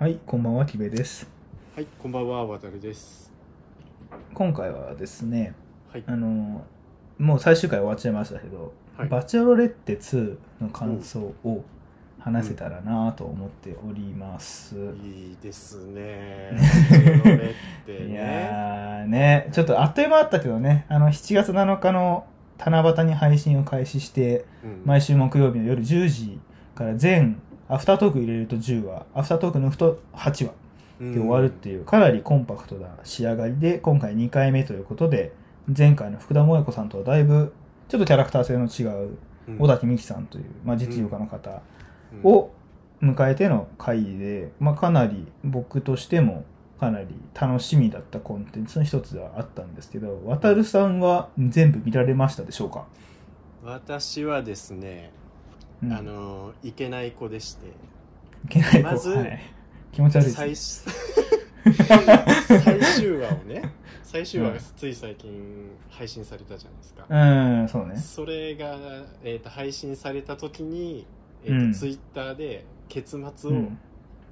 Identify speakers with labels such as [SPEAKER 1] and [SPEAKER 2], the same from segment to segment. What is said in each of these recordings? [SPEAKER 1] はい、こんばんは、きべです。
[SPEAKER 2] はい、こんばんは、渡るです。
[SPEAKER 1] 今回はですね、
[SPEAKER 2] はい
[SPEAKER 1] あのもう最終回終わっちゃいましたけど、
[SPEAKER 2] はい
[SPEAKER 1] バチェロレッテ2の感想を話せたらなと思っております。
[SPEAKER 2] いいですね。 それって
[SPEAKER 1] い
[SPEAKER 2] ね。
[SPEAKER 1] やーね、ちょっとあっという間だったけどね、あの7月7日の七夕に配信を開始して、
[SPEAKER 2] うん
[SPEAKER 1] 毎週木曜日の夜10時から全アフタートーク入れると10話、アフタートーク抜くと8話。
[SPEAKER 2] うん
[SPEAKER 1] で終わるっていうかなりコンパクトな仕上がりで今回2回目ということで前回の福田萌子さんとはだいぶちょっとキャラクター性の違う
[SPEAKER 2] うん
[SPEAKER 1] 小崎美希さんという、まあ、実業家の方
[SPEAKER 2] うん
[SPEAKER 1] を迎えての会で、まあ、かなり僕としてもかなり楽しみだったコンテンツの一つではあったんですけど渡るさんは全部見られましたでしょうか、
[SPEAKER 2] 私はですね、
[SPEAKER 1] うん
[SPEAKER 2] あの、いけない子でして、
[SPEAKER 1] いけない子
[SPEAKER 2] まず
[SPEAKER 1] はい気持ち悪い
[SPEAKER 2] 最
[SPEAKER 1] です
[SPEAKER 2] 終最終話をね、最終話
[SPEAKER 1] うん
[SPEAKER 2] がつい最近配信されたじゃないですか。
[SPEAKER 1] うんそうね
[SPEAKER 2] それが、えー、と配信された時に、えーと
[SPEAKER 1] うん
[SPEAKER 2] ツイッターで結末
[SPEAKER 1] う
[SPEAKER 2] を
[SPEAKER 1] ん、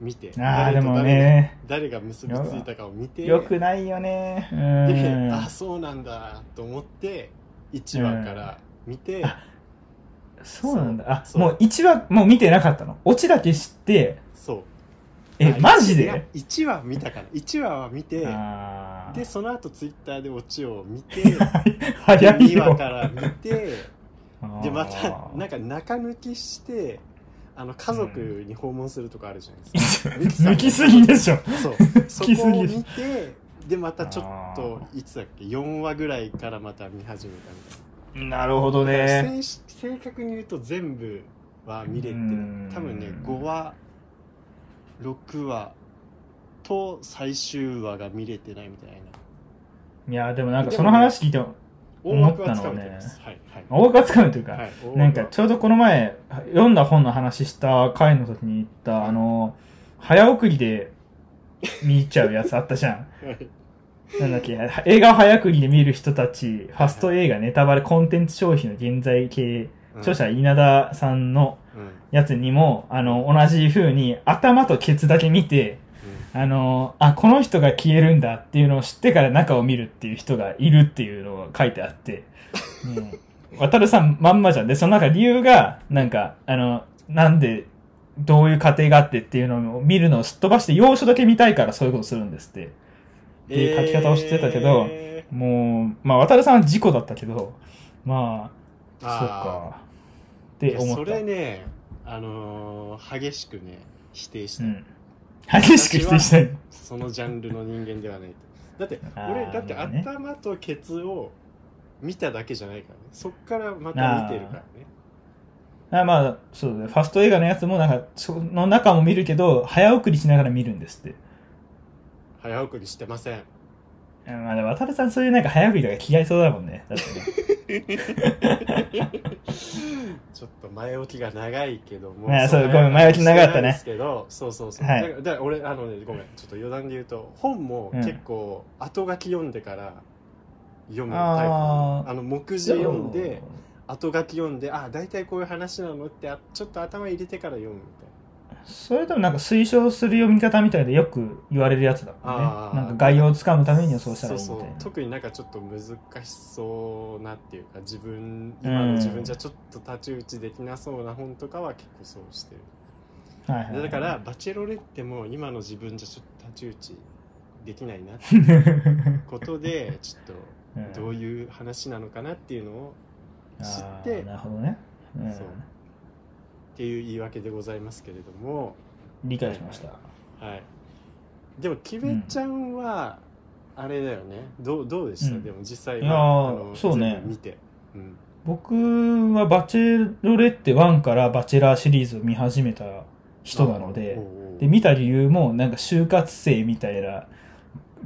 [SPEAKER 2] 見て、
[SPEAKER 1] ああ
[SPEAKER 2] 誰
[SPEAKER 1] で
[SPEAKER 2] と
[SPEAKER 1] も
[SPEAKER 2] 誰が
[SPEAKER 1] ね
[SPEAKER 2] 誰が結びついたかを見て、
[SPEAKER 1] よくないよねう
[SPEAKER 2] で、
[SPEAKER 1] ん
[SPEAKER 2] あそうなんだと思って1話から見て、
[SPEAKER 1] あそうなんだ。あ、
[SPEAKER 2] そう
[SPEAKER 1] もう1話、もう見てなかったの。オチだけ知って、
[SPEAKER 2] そう
[SPEAKER 1] え、マジで
[SPEAKER 2] ?1 話見たから1話は見て
[SPEAKER 1] あ
[SPEAKER 2] でその後ツイッターでオチを 見て
[SPEAKER 1] ー 早い
[SPEAKER 2] 2話
[SPEAKER 1] よ。
[SPEAKER 2] から見てでまた
[SPEAKER 1] あー
[SPEAKER 2] なんか中抜きしてあの家族に訪問するとかあるじゃないです
[SPEAKER 1] 抜きすぎでしょ。
[SPEAKER 2] か、 そう
[SPEAKER 1] 抜き
[SPEAKER 2] そ
[SPEAKER 1] す
[SPEAKER 2] こ
[SPEAKER 1] ぎ
[SPEAKER 2] を見てでまたちょっといつだっけ4話ぐらいからまた見始めたみたいな。
[SPEAKER 1] なるほどね。
[SPEAKER 2] 正し正確に言うと全部は見れて
[SPEAKER 1] う
[SPEAKER 2] なんい多分ね5話6話と最終話が見れてないみたいない
[SPEAKER 1] や、でもなんかその話聞いても、
[SPEAKER 2] 大枠はつかめてます、はい
[SPEAKER 1] 大枠つかむというか、
[SPEAKER 2] はい、はい、大枠は
[SPEAKER 1] なんかちょうどこの前、読んだ本の話した回の時に言った、あの、早送りで見ちゃうやつあったじ ゃん。
[SPEAKER 2] はい
[SPEAKER 1] なんだっけ、映画を早くに見る人たち、ファスト映画ネタバレコンテンツ消費の現在系、 著者稲田さんの
[SPEAKER 2] うんうん
[SPEAKER 1] やつにも、あの、同じ風に頭とケツだけ見て、あの、あ、この人が消えるんだっていうのを知ってから中を見るっていう人がいるっていうのが書いてあって、うん、渡るさんまんまじゃん。で、その中理由が、なんか、あの、なんで、どういう過程があってっていうのを見るのをすっ飛ばして、要所だけ見たいからそういうことするんですって。ていう書き方をしてたけど
[SPEAKER 2] え
[SPEAKER 1] もう、まあ、渡るさんは事故だったけど、まあ、
[SPEAKER 2] ー
[SPEAKER 1] そう
[SPEAKER 2] あ
[SPEAKER 1] か。っ
[SPEAKER 2] ー
[SPEAKER 1] て思った。
[SPEAKER 2] いやそれねあのー激しくね否定し
[SPEAKER 1] う
[SPEAKER 2] た、
[SPEAKER 1] ん。激しく否定したい。
[SPEAKER 2] そのジャンルの人間ではないとだって
[SPEAKER 1] あー
[SPEAKER 2] 俺だって
[SPEAKER 1] まあね
[SPEAKER 2] 頭とケツを見ただけじゃないからねそっからまた見てるからね
[SPEAKER 1] あまあ、そうだね。ファスト映画のやつも、なんか、その中も見るけど、早送りしながら見るんですって。
[SPEAKER 2] 早送りしてません
[SPEAKER 1] あまあ、でも渡るさん、そういうなんか早送りとか嫌いそうだもんね。だってね。
[SPEAKER 2] ちょっと前置きが長いけども
[SPEAKER 1] あそう
[SPEAKER 2] の
[SPEAKER 1] ごめん前置き長かったね
[SPEAKER 2] してないですけどそうそうそう、
[SPEAKER 1] はい
[SPEAKER 2] だからだから俺あのねごめんちょっと余談で言うと本も結構後書き読んでから読むタイプなの
[SPEAKER 1] あー
[SPEAKER 2] あの目次読んで後書き読んであ大体こういう話なのってあちょっと頭入れてから読むみたいな
[SPEAKER 1] それともなんか推奨する読み方みたいでよく言われるやつだもんね
[SPEAKER 2] あ。ー
[SPEAKER 1] なんか概要をつかむためにはそうしたらいいみたいな。
[SPEAKER 2] そうそう特になんかちょっと難しそうなっていうか自分今の自分じゃちょっと太刀打ちできなそうな本とかは結構そうしてる、
[SPEAKER 1] はいはいはい
[SPEAKER 2] でだから「バチェロレッテ」も今の自分じゃちょっと太刀打ちできないなってことでちょっ
[SPEAKER 1] うん
[SPEAKER 2] とどういう話なのかなっていうのを知っ
[SPEAKER 1] あー
[SPEAKER 2] て
[SPEAKER 1] なるほどね。うん
[SPEAKER 2] そうっていう言い訳でございますけれども
[SPEAKER 1] 理解しました。
[SPEAKER 2] はいでもキベちゃんはあれだよねどうどうでした、
[SPEAKER 1] うん
[SPEAKER 2] でも実際
[SPEAKER 1] いやー
[SPEAKER 2] はあの
[SPEAKER 1] そうね
[SPEAKER 2] 全部見て、うん、
[SPEAKER 1] 僕はバチェロレッテ1からバチェラーシリーズを見始めた人なので
[SPEAKER 2] おう、おう
[SPEAKER 1] で、見た理由もなんか就活生みたいな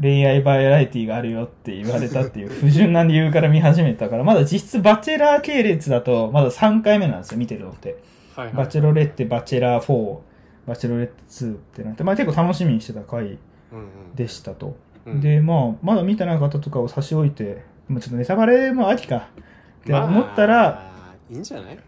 [SPEAKER 1] 恋愛バラエティがあるよって言われたっていう不純な理由から見始めたから、まだ実質バチェラー系列だとまだ3回目なんですよ、見てるのって。
[SPEAKER 2] はいはい
[SPEAKER 1] バチェロレッテ、バチェラー4、バチェロレッテ2ってなって、まあ結構楽しみにしてた回
[SPEAKER 2] うんうん
[SPEAKER 1] でしたと。
[SPEAKER 2] うん
[SPEAKER 1] で、まあ、まだ見てない方とかを差し置いて、もうちょっとネタバレも秋か。って思ったら、
[SPEAKER 2] まあいいんじゃない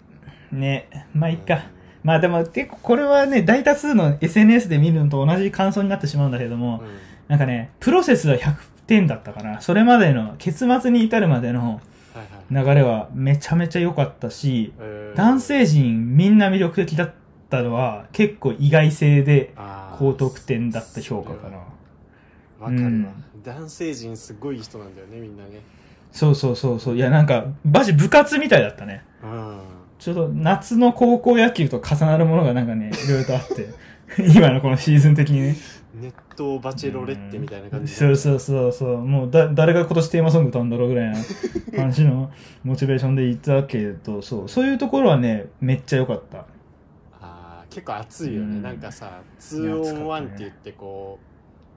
[SPEAKER 1] ね、まあいいか。。まあでも結構これはね、大多数の SNS で見るのと同じ感想になってしまうんだけども、
[SPEAKER 2] うん
[SPEAKER 1] なんかね、プロセスは100点だったかな。それまでの、結末に至るまでの
[SPEAKER 2] はいはい
[SPEAKER 1] 流れはめちゃめちゃ良かったし、
[SPEAKER 2] えー
[SPEAKER 1] 男性陣みんな魅力的だったのは結構意外性で
[SPEAKER 2] あー
[SPEAKER 1] 高得点だった評価かな。
[SPEAKER 2] わかる
[SPEAKER 1] う
[SPEAKER 2] わ、
[SPEAKER 1] ん
[SPEAKER 2] 男性陣すごい人なんだよねみんなね
[SPEAKER 1] そうそうそうそう。いやなんか、マジ部活みたいだったね。
[SPEAKER 2] うん
[SPEAKER 1] ちょっと夏の高校野球と重なるものがなんかね、いろいろとあって、 今のこのシーズン的にね。
[SPEAKER 2] 熱湯バチェロレッテみたいな感じ
[SPEAKER 1] そうそうそうそう。もうだ、誰が今年テーマソング歌うんだろうぐらいな感じ のモチベーションでいたけど、そう、そういうところはね、めっちゃ良かった。
[SPEAKER 2] あー結構熱いよね、
[SPEAKER 1] うん
[SPEAKER 2] なんかさ 2on1 って言ってこ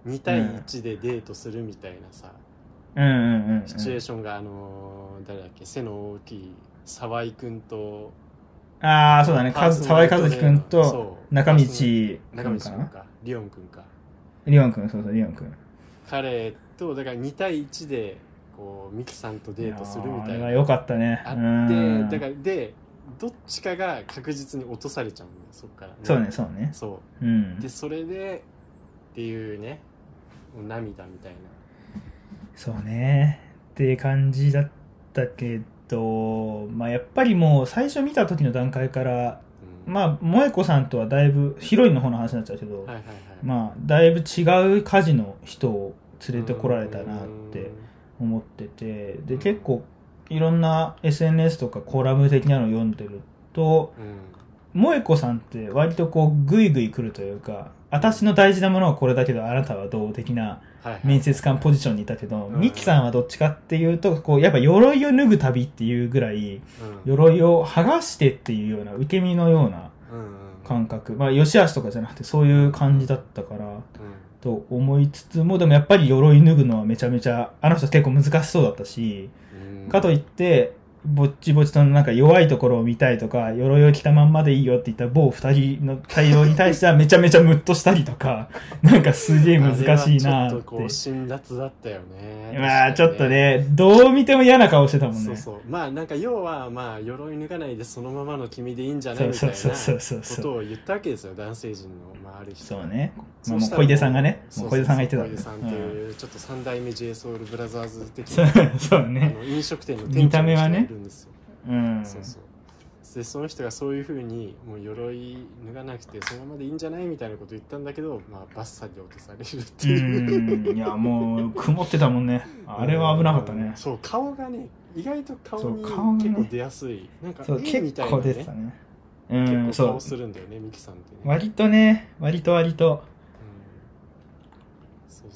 [SPEAKER 2] う2対1でデートするみたいなさ、
[SPEAKER 1] うんうんうん、うん。
[SPEAKER 2] シチュエーションがあのー誰だっけ背の大きい沢井君と
[SPEAKER 1] ああ、そうだね。かず沢井和樹くんと、
[SPEAKER 2] そう
[SPEAKER 1] 中道
[SPEAKER 2] 中
[SPEAKER 1] く
[SPEAKER 2] 道
[SPEAKER 1] んか
[SPEAKER 2] 君
[SPEAKER 1] な。
[SPEAKER 2] かリオン君か
[SPEAKER 1] リオンくん、そうそう、リオンくん。
[SPEAKER 2] 彼とだから2対1でこうミキさんとデートするみた
[SPEAKER 1] あ
[SPEAKER 2] い
[SPEAKER 1] れ
[SPEAKER 2] な
[SPEAKER 1] は良かったね。
[SPEAKER 2] あ
[SPEAKER 1] うん
[SPEAKER 2] ってだからでどっちかが確実に落とされちゃうんだよそっから、
[SPEAKER 1] そうね、そうね。
[SPEAKER 2] そううで
[SPEAKER 1] ん。
[SPEAKER 2] それでっていうねもう涙みたい
[SPEAKER 1] そうね。って感じだったけど、まあやっぱりもう最初見た時の段階から、
[SPEAKER 2] な、うん、
[SPEAKER 1] まあ萌子さんとはだいぶ、ヒロインの方の話になっちゃうけど、
[SPEAKER 2] はいはいはい、
[SPEAKER 1] まあだいぶ違う家事の人を連れてこられたなって思ってて、で結構いろんな SNS とかコラム的なのを読んでると、
[SPEAKER 2] うん、うん
[SPEAKER 1] 萌子さんって割とこうグイグイ来るというか、私の大事なものはこれだけどあなたはどう的な
[SPEAKER 2] はいはい、
[SPEAKER 1] 面接官ポジションにいたけど、
[SPEAKER 2] うん
[SPEAKER 1] ミキさんはどっちかっていうと、こう、やっぱ鎧を脱ぐ旅っていうぐらい、
[SPEAKER 2] うん
[SPEAKER 1] 鎧を剥がしてっていうような、受け身のような
[SPEAKER 2] うんうん
[SPEAKER 1] 感覚。まあ、良し悪しとかじゃなくて、そういう感じだったから、
[SPEAKER 2] う
[SPEAKER 1] と思いつつも、でもやっぱり鎧脱ぐのはめちゃめちゃ、あの人結構難しそうだったし、
[SPEAKER 2] んうん
[SPEAKER 1] かといって、ぼっちぼっちのなんか弱いところを見たいとか、鎧を着たまんまでいいよって言った某二人の対応に対 してはめちゃめちゃムッとしたりとか、なんかすげえ難しいな
[SPEAKER 2] あれ
[SPEAKER 1] ーっ
[SPEAKER 2] はちょっとこ
[SPEAKER 1] て
[SPEAKER 2] う。辛辣だったよね
[SPEAKER 1] まあ、ちょっと
[SPEAKER 2] ね
[SPEAKER 1] ね、どう見ても嫌な顔してたもんね。
[SPEAKER 2] そうそうまあなんか要はまあ鎧脱がないでそのままの君でいいんじゃな
[SPEAKER 1] そ
[SPEAKER 2] いうみた
[SPEAKER 1] そ
[SPEAKER 2] いうな
[SPEAKER 1] そう
[SPEAKER 2] こ
[SPEAKER 1] そうそうそう。
[SPEAKER 2] とを言ったわけですよ男性陣のまあある人
[SPEAKER 1] そうね。ま
[SPEAKER 2] そ
[SPEAKER 1] あ、
[SPEAKER 2] う
[SPEAKER 1] も
[SPEAKER 2] し
[SPEAKER 1] う
[SPEAKER 2] たら
[SPEAKER 1] 小出さんがね、
[SPEAKER 2] そ
[SPEAKER 1] も
[SPEAKER 2] う
[SPEAKER 1] う
[SPEAKER 2] そ
[SPEAKER 1] 小
[SPEAKER 2] う
[SPEAKER 1] 出さんが言ってたもん
[SPEAKER 2] 小出
[SPEAKER 1] ね
[SPEAKER 2] さんっていうちょっと三代目 JSOULBROTHERS 的
[SPEAKER 1] そ
[SPEAKER 2] な
[SPEAKER 1] うそう
[SPEAKER 2] あ
[SPEAKER 1] ね。
[SPEAKER 2] の飲食店の
[SPEAKER 1] 見
[SPEAKER 2] 店
[SPEAKER 1] た
[SPEAKER 2] 長の
[SPEAKER 1] 目は
[SPEAKER 2] 人が
[SPEAKER 1] ね
[SPEAKER 2] いるんですよ
[SPEAKER 1] うん。
[SPEAKER 2] そうそうでその人がそういうふうにもう鎧脱がなくてそのままでいいんじゃないみたいなこと言ったんだけどまあバッサリ落とされるっていう
[SPEAKER 1] うん。いや、もう、曇ってたもんね。あれは危なかった
[SPEAKER 2] う
[SPEAKER 1] ね
[SPEAKER 2] ん。そう顔がね意外と顔に
[SPEAKER 1] そう顔がね
[SPEAKER 2] 結構出やすいなんか
[SPEAKER 1] そう、
[SPEAKER 2] 絵み
[SPEAKER 1] 結
[SPEAKER 2] たいな
[SPEAKER 1] 構出て
[SPEAKER 2] ね
[SPEAKER 1] たね。う
[SPEAKER 2] 結
[SPEAKER 1] ん、
[SPEAKER 2] 構
[SPEAKER 1] そ
[SPEAKER 2] 顔
[SPEAKER 1] う。
[SPEAKER 2] するんだよねミキさんってね
[SPEAKER 1] 割とね、割と割と、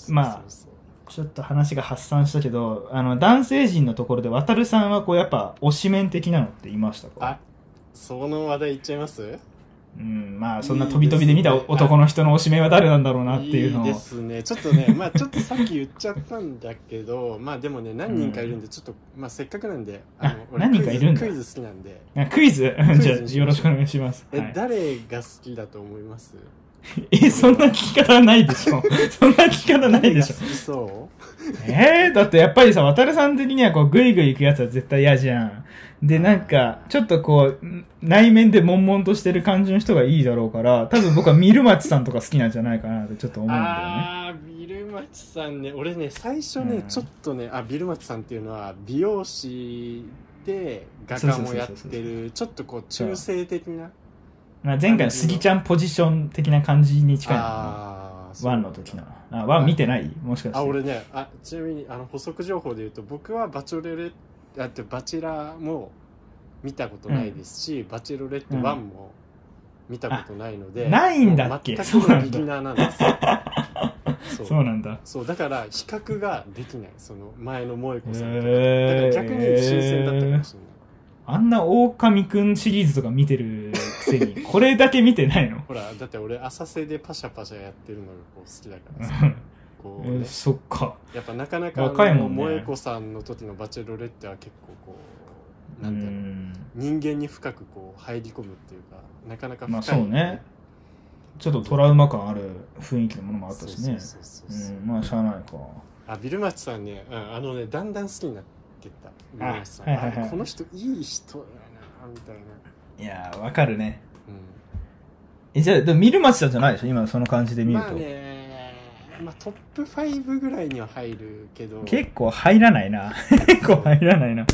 [SPEAKER 1] まあちょっと話が発散したけど、あの、男性陣のところで、渡るさんはこう、やっぱ、推し面的なのっていましたか
[SPEAKER 2] あその話題いっちゃいます
[SPEAKER 1] うん、まあ、そんな飛び飛びで見た男の人の推し面は誰なんだろうなっていうのを。
[SPEAKER 2] いですねちょっとねまあちょっとさっき言っちゃったんだけど まあでもね何人かいるんでちょっと、まあせっかくなんで
[SPEAKER 1] あ何人かいるんだ
[SPEAKER 2] クイズクイズ好きなんで
[SPEAKER 1] あクイズ
[SPEAKER 2] イズ
[SPEAKER 1] じゃあ
[SPEAKER 2] にしましょう
[SPEAKER 1] よろしくお願いします。
[SPEAKER 2] え、
[SPEAKER 1] はい
[SPEAKER 2] 誰が好きだと思います
[SPEAKER 1] え、そんな聞き方ないでし ょ。そんな聞き方ないでしょ
[SPEAKER 2] 誰。が好きそ
[SPEAKER 1] えー、だってやっぱりさ、渡るさん的にはこう、ぐいぐい行くやつは絶対嫌じゃん。で、なんか、ちょっとこう、ん内面で悶々としてる感じの人がいいだろうから、多分僕はミルマチさんとか好きなんじゃないかなってちょっと
[SPEAKER 2] う
[SPEAKER 1] 思うんだよね。
[SPEAKER 2] あービルマチさんね俺ね最初ね、
[SPEAKER 1] うん
[SPEAKER 2] ちょっとねあビルマチさんっていうのは美容師で画家もやっ
[SPEAKER 1] そうそう
[SPEAKER 2] て
[SPEAKER 1] そう
[SPEAKER 2] るちょっとこう中性的な
[SPEAKER 1] まあ、前回のスギちゃんポジション的な感じに近いのか
[SPEAKER 2] あー
[SPEAKER 1] な。ワンの時の。あ、ワン見てないもしかして。
[SPEAKER 2] あ俺ねあちなみにあの補足情報で言うと僕はバチョレレあってバチェラーも見たことないですし、バチェロレッテ1も見たことないので、
[SPEAKER 1] あないんだっけ
[SPEAKER 2] もう
[SPEAKER 1] そ
[SPEAKER 2] 全
[SPEAKER 1] うなん
[SPEAKER 2] く
[SPEAKER 1] だ
[SPEAKER 2] ビギナーなんです よ
[SPEAKER 1] そうなんだ。
[SPEAKER 2] そうだから比較ができないその前の萌子さんとか、
[SPEAKER 1] へー
[SPEAKER 2] だから逆に新鮮だったかもしれない、
[SPEAKER 1] あんな狼くんシリーズとか見てるくせに、これだけ見てないの
[SPEAKER 2] ほらだって俺浅瀬でパシャパシャやってるのがこう好きだから さ
[SPEAKER 1] う
[SPEAKER 2] こうんね
[SPEAKER 1] そっか。
[SPEAKER 2] やっぱなかなか
[SPEAKER 1] 若いもんね
[SPEAKER 2] 萌子さんの時のバチェロレッテは結構こうなんだろう
[SPEAKER 1] うん
[SPEAKER 2] 人間に深くこう入り込むっていうかなかなか深い、
[SPEAKER 1] まあそうねちょっとトラウマ感ある雰囲気のものもあったしね。
[SPEAKER 2] そうそうそう
[SPEAKER 1] う
[SPEAKER 2] そう、
[SPEAKER 1] ん、まあしゃあないか。
[SPEAKER 2] あビルマチさんね、うん、あのねだんだん好きになってったビルマチさん、
[SPEAKER 1] はいはいはい
[SPEAKER 2] あこの人いい人やなみたいな、
[SPEAKER 1] いやー、わかるね。
[SPEAKER 2] うん、
[SPEAKER 1] え、じゃあ、でも見る街だじゃないでしょ今その感じで見る
[SPEAKER 2] まあ
[SPEAKER 1] と。
[SPEAKER 2] ね、まあ、トップ5ぐらいには入るけど、
[SPEAKER 1] 結構入らないな。 結構入らないな。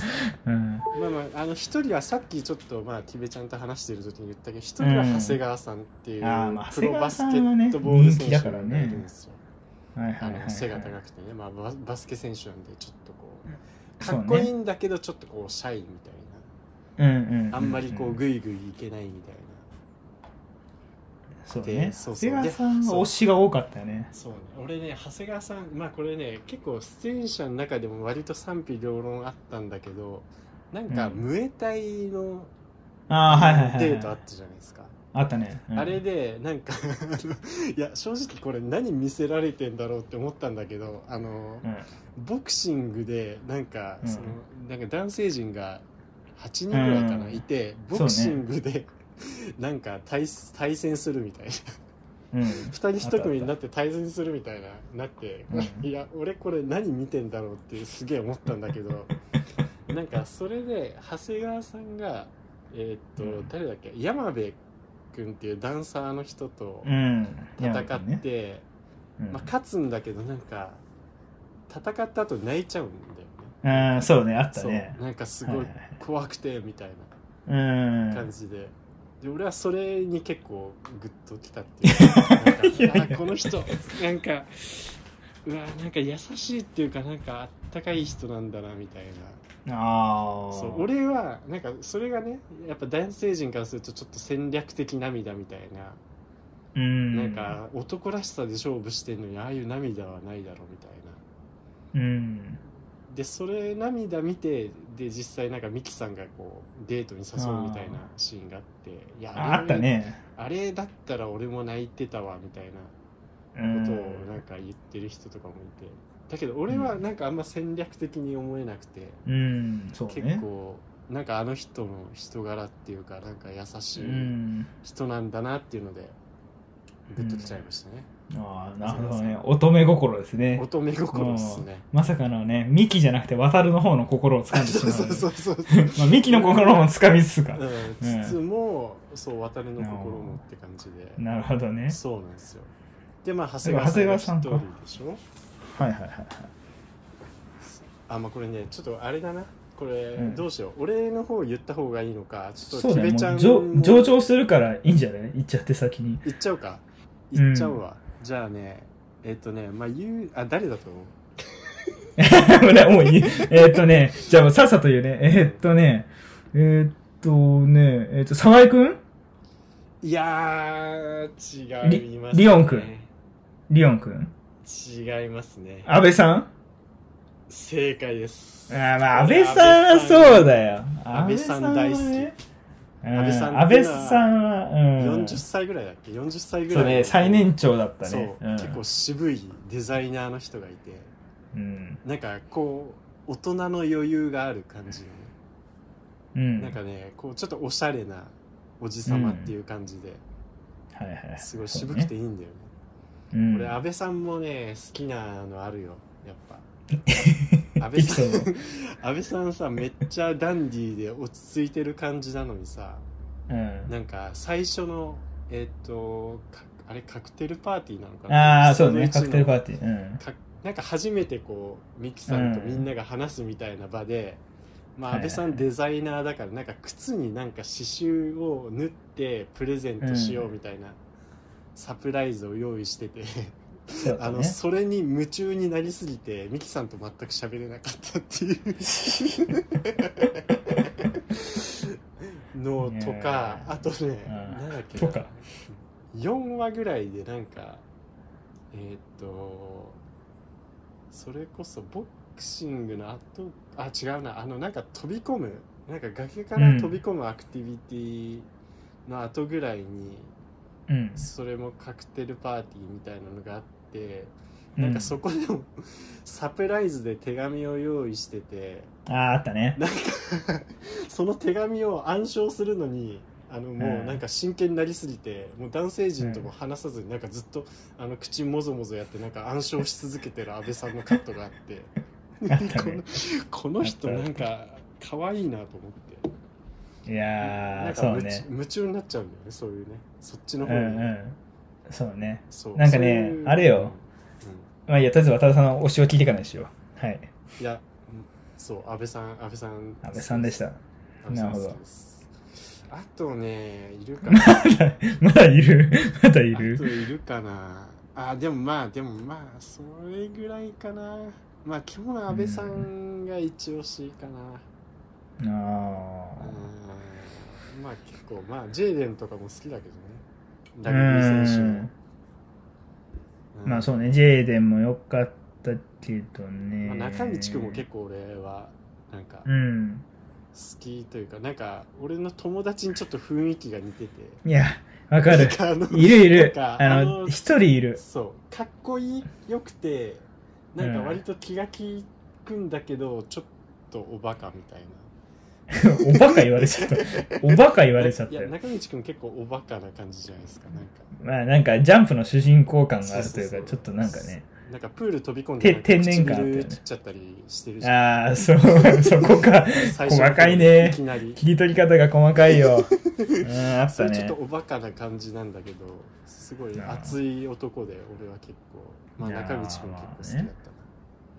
[SPEAKER 1] うん。
[SPEAKER 2] まあまあ、あの一人はさっきちょっと、まあ、キベちゃんと話してる時に言ったけど、一人は長谷川さんっていう、
[SPEAKER 1] うんあーまあ
[SPEAKER 2] プロバスケ
[SPEAKER 1] 長谷川さんはね
[SPEAKER 2] ットボール選手
[SPEAKER 1] 人気だから
[SPEAKER 2] が
[SPEAKER 1] ね
[SPEAKER 2] いるんですよ。
[SPEAKER 1] はいはいは
[SPEAKER 2] あ
[SPEAKER 1] い、
[SPEAKER 2] の
[SPEAKER 1] はい。
[SPEAKER 2] 背が高くてね、まあ、ババスケ選手なんで、ちょっとこう、
[SPEAKER 1] そう
[SPEAKER 2] か
[SPEAKER 1] ね
[SPEAKER 2] っこいいんだけど、ちょっとこう、シャイみた
[SPEAKER 1] う
[SPEAKER 2] い
[SPEAKER 1] んうんうん。
[SPEAKER 2] な、あんまりこう、ぐいぐいいけないみたいな。
[SPEAKER 1] そうね。
[SPEAKER 2] そ
[SPEAKER 1] 長
[SPEAKER 2] うそう
[SPEAKER 1] 谷川さ
[SPEAKER 2] で
[SPEAKER 1] ん
[SPEAKER 2] そう
[SPEAKER 1] は推しが多かったよね。
[SPEAKER 2] そうね、俺ね長谷川さんまあこれね結構出演者の中でも割と賛否両論あったんだけどなんか
[SPEAKER 1] うん
[SPEAKER 2] ムエタイの
[SPEAKER 1] ああ、はいはいはい。
[SPEAKER 2] デートあったじゃないですか、
[SPEAKER 1] あったね。うん
[SPEAKER 2] あれでなんか あのいや正直これ何見せられてんだろうって思ったんだけどあの
[SPEAKER 1] うん。
[SPEAKER 2] ボクシングでなんか
[SPEAKER 1] うん
[SPEAKER 2] その、なんか男性陣が8人ぐらいかな、
[SPEAKER 1] うん
[SPEAKER 2] い
[SPEAKER 1] そ
[SPEAKER 2] て
[SPEAKER 1] うね
[SPEAKER 2] ボクシングで、 なんか対対戦するみたいな
[SPEAKER 1] うん。
[SPEAKER 2] 二人一組になって対戦するみたいななって、
[SPEAKER 1] うん
[SPEAKER 2] いや俺これ何見てんだろうってすげえ思ったんだけ どなんかそれで長谷川さんがえーっと、
[SPEAKER 1] うん
[SPEAKER 2] 誰だっけ山部君っていうダンサーの人と
[SPEAKER 1] うん。
[SPEAKER 2] 戦
[SPEAKER 1] いや
[SPEAKER 2] って、
[SPEAKER 1] ねうん
[SPEAKER 2] まあ、勝つんだけどなんか戦った後泣いちゃうんだよね
[SPEAKER 1] うん、そうね、あった
[SPEAKER 2] そう
[SPEAKER 1] ね。
[SPEAKER 2] なんかす
[SPEAKER 1] は
[SPEAKER 2] ご
[SPEAKER 1] はいは
[SPEAKER 2] 怖くてみたい
[SPEAKER 1] うん
[SPEAKER 2] な感じで。で俺はそれに結構グッときたって いうかなんかあーこの人なんかうわなんか優しいっていうかなんかあったかい人なんだなみたい
[SPEAKER 1] あ
[SPEAKER 2] な
[SPEAKER 1] あ。
[SPEAKER 2] そう俺はなんかそれがねやっぱ男性陣からするとちょっと戦略的涙みたいな、
[SPEAKER 1] うん。
[SPEAKER 2] なん、か男らしさで勝負してんのにああいう涙はないだろうみたいな
[SPEAKER 1] うん。
[SPEAKER 2] でそれ涙見てで実際なんかミキさんがこうデートに誘うみたいなシーンがあっていや
[SPEAKER 1] ああったね。
[SPEAKER 2] あれだったら俺も泣いてたわみたいな
[SPEAKER 1] う
[SPEAKER 2] ことを
[SPEAKER 1] ん。
[SPEAKER 2] なんか言ってる人とかもいてだけど俺はなんかあんま戦略的に思えなくて、
[SPEAKER 1] うん、そうね。
[SPEAKER 2] 結構なんかあの人の人柄っていうかなんか優し
[SPEAKER 1] う
[SPEAKER 2] い
[SPEAKER 1] ん。
[SPEAKER 2] 人なんだなっていうのでグッときちゃいましたね、
[SPEAKER 1] ああ、なるほどね。乙女心ですね。
[SPEAKER 2] 乙女心っすね
[SPEAKER 1] まさかのね、ミキじゃなくて、渡るの方の心を掴んでし
[SPEAKER 2] そ
[SPEAKER 1] ま
[SPEAKER 2] う
[SPEAKER 1] う。
[SPEAKER 2] そうそうそう
[SPEAKER 1] まあ、ミキの心も掴みつつか。
[SPEAKER 2] うん、つつも、そう渡りの心もって感じで、
[SPEAKER 1] なるほどね。
[SPEAKER 2] そうなんですよでまあ長谷川さん
[SPEAKER 1] で
[SPEAKER 2] が
[SPEAKER 1] も長谷川
[SPEAKER 2] 一人で
[SPEAKER 1] さん
[SPEAKER 2] しょ
[SPEAKER 1] はいはいはいはい。
[SPEAKER 2] あまあこれねちょっとあれだなこれ
[SPEAKER 1] うん
[SPEAKER 2] どうしよう、俺の方言った方がいいのかちょ
[SPEAKER 1] そ
[SPEAKER 2] っと
[SPEAKER 1] う
[SPEAKER 2] キ
[SPEAKER 1] だね。
[SPEAKER 2] ベ
[SPEAKER 1] も
[SPEAKER 2] ちゃん
[SPEAKER 1] う
[SPEAKER 2] も
[SPEAKER 1] 上上場するからいいんじゃない行っちゃって先に。
[SPEAKER 2] 言っちゃおうか
[SPEAKER 1] うん
[SPEAKER 2] 言っちゃおうわ、じゃあねえっとねまあ言うあ誰だと思う
[SPEAKER 1] 俺はもういい。 えーっとね、じゃあさっさと言うね。えーっとね、えーっとね、えーっと、沢井くん
[SPEAKER 2] いやー違いますね
[SPEAKER 1] リリオン君リオンくん
[SPEAKER 2] 違いますね
[SPEAKER 1] 安倍さん
[SPEAKER 2] 正解です
[SPEAKER 1] あーまあ、安倍さんはそうだよ。
[SPEAKER 2] 安倍さん大好き安倍さん
[SPEAKER 1] 安倍さんは、うん。
[SPEAKER 2] 40歳ぐらいだっけ40歳ぐら
[SPEAKER 1] そ
[SPEAKER 2] いう
[SPEAKER 1] ね、最年長だったね。
[SPEAKER 2] そう、
[SPEAKER 1] ん、
[SPEAKER 2] 結構渋いデザイナーの人がいて
[SPEAKER 1] うん。
[SPEAKER 2] なんかこう大人の余裕がある感じのね、
[SPEAKER 1] うん。
[SPEAKER 2] なんかねこうちょっとおしゃれなおじさまっていう感じで、
[SPEAKER 1] はいはい。
[SPEAKER 2] すごい渋くていいんだよね
[SPEAKER 1] そうね、
[SPEAKER 2] これ
[SPEAKER 1] うん
[SPEAKER 2] 安倍さんもね好きなのあるよやっ ぱ安
[SPEAKER 1] エ
[SPEAKER 2] 倍
[SPEAKER 1] ピ
[SPEAKER 2] さ
[SPEAKER 1] ソ
[SPEAKER 2] ん
[SPEAKER 1] ー
[SPEAKER 2] 安倍さんさめっちゃダンディーで落ち着いてる感じなのにさ
[SPEAKER 1] ド。うん。
[SPEAKER 2] なんか最初のえっ、とかあれカクテルパーティーなのかな
[SPEAKER 1] ああ、そうね、
[SPEAKER 2] そ
[SPEAKER 1] カク
[SPEAKER 2] の一
[SPEAKER 1] テ
[SPEAKER 2] の
[SPEAKER 1] ルパーティー。うん。
[SPEAKER 2] かなんか初めてこうミキさんとみんなが話すみたいな場で、まあ、安倍さ
[SPEAKER 1] はい
[SPEAKER 2] ん
[SPEAKER 1] はいは
[SPEAKER 2] デザイナーだからなんか靴になんか刺繍を縫ってプレゼントしようみたいなサプライズを用意してて、
[SPEAKER 1] そう
[SPEAKER 2] あ
[SPEAKER 1] だ
[SPEAKER 2] の
[SPEAKER 1] ね。
[SPEAKER 2] それに夢中になりすぎてミキさんと全く喋れなかったってい うのとか
[SPEAKER 1] ねえ
[SPEAKER 2] あとね
[SPEAKER 1] うん
[SPEAKER 2] なんだっけな
[SPEAKER 1] とか
[SPEAKER 2] 4話ぐらいでなんかえーっとそれこそボクシングの後あ違うなあのなんか飛び込むなんか崖から飛び込むアクティビティの後ぐらいに、
[SPEAKER 1] うん。
[SPEAKER 2] それもカクテルパーティーみたいなのがあって、なんかそこでもサプライズで手紙を用意してて
[SPEAKER 1] うん。ああ、あったね。
[SPEAKER 2] なんかその手紙を暗唱するのにあのもううんなんか真剣になりすぎて、もう男性陣とも話さずになんかずっとあの口もぞもぞやってなんか暗唱し続けてる安倍さんのカットがあって
[SPEAKER 1] あった
[SPEAKER 2] こ
[SPEAKER 1] ね
[SPEAKER 2] のこの人
[SPEAKER 1] あった
[SPEAKER 2] なんか可愛いなと思って。
[SPEAKER 1] いや
[SPEAKER 2] なん
[SPEAKER 1] ー、
[SPEAKER 2] か
[SPEAKER 1] そう
[SPEAKER 2] 夢,、
[SPEAKER 1] ね。
[SPEAKER 2] 夢中になっちゃうんだよねそういうねそっち
[SPEAKER 1] う
[SPEAKER 2] の
[SPEAKER 1] ん
[SPEAKER 2] 方
[SPEAKER 1] う
[SPEAKER 2] に、
[SPEAKER 1] ん。そうね。
[SPEAKER 2] そう
[SPEAKER 1] なんかね
[SPEAKER 2] そういう
[SPEAKER 1] あれよ
[SPEAKER 2] うんう
[SPEAKER 1] ま
[SPEAKER 2] ん
[SPEAKER 1] あいいや、とりあえず渡田さんの推しを聞いていかないでしょう。はい。
[SPEAKER 2] いや、うんそう、安倍さん、安倍さん。
[SPEAKER 1] 安倍さんでした。
[SPEAKER 2] 安倍さん
[SPEAKER 1] なるほど
[SPEAKER 2] 好きです。あとね、いるかな。 あ
[SPEAKER 1] まだいる まだい
[SPEAKER 2] と
[SPEAKER 1] る
[SPEAKER 2] いるかな。あ、でもまあ、でもまあ、それぐらいかな。まあ、今日の安倍さんが一押しかな。
[SPEAKER 1] あ
[SPEAKER 2] う
[SPEAKER 1] ー
[SPEAKER 2] んまあ、結構、まあ、ジェイデンとかも好きだけどね。
[SPEAKER 1] う
[SPEAKER 2] ラグビー選
[SPEAKER 1] ん。
[SPEAKER 2] 手も。。
[SPEAKER 1] まあそううね、ジェイデンも良かったけど
[SPEAKER 2] ま
[SPEAKER 1] ね。
[SPEAKER 2] あ、中道君も結構俺は、なんか、好
[SPEAKER 1] うん。
[SPEAKER 2] きというか、なんか、俺の友達にちょっと雰囲気が似てて。
[SPEAKER 1] いや、わか る。
[SPEAKER 2] あの
[SPEAKER 1] いるいる。
[SPEAKER 2] なん
[SPEAKER 1] あ
[SPEAKER 2] かあの
[SPEAKER 1] の、一人いる。
[SPEAKER 2] そうかっこいいよくてなんか割と気が利くんだけど、ちょっとおバカみたいな
[SPEAKER 1] おバカ言われ ちゃった。おバカ言われちゃった
[SPEAKER 2] いや
[SPEAKER 1] よ。
[SPEAKER 2] 中道君結構おバカな感じじゃないですかなんか
[SPEAKER 1] まあなんか、ジャンプの主人公感があるという
[SPEAKER 2] そうそうそ
[SPEAKER 1] か、
[SPEAKER 2] う
[SPEAKER 1] ちょっとなんかね。
[SPEAKER 2] なんかプール飛び込ん
[SPEAKER 1] て
[SPEAKER 2] でなんか
[SPEAKER 1] 天然感あったよね
[SPEAKER 2] 唇切っちゃったりしてるじゃん
[SPEAKER 1] ああ、そう、 そこか。
[SPEAKER 2] 最
[SPEAKER 1] 細かいね
[SPEAKER 2] いきなり
[SPEAKER 1] 切り取り方が細かい よ。うん、あっ
[SPEAKER 2] そ
[SPEAKER 1] た
[SPEAKER 2] れちょっ
[SPEAKER 1] ね
[SPEAKER 2] と。おバカな感じなんだけどすごい熱い男で俺は結構まあ
[SPEAKER 1] いやー
[SPEAKER 2] 中道君結構好きだったな
[SPEAKER 1] ま、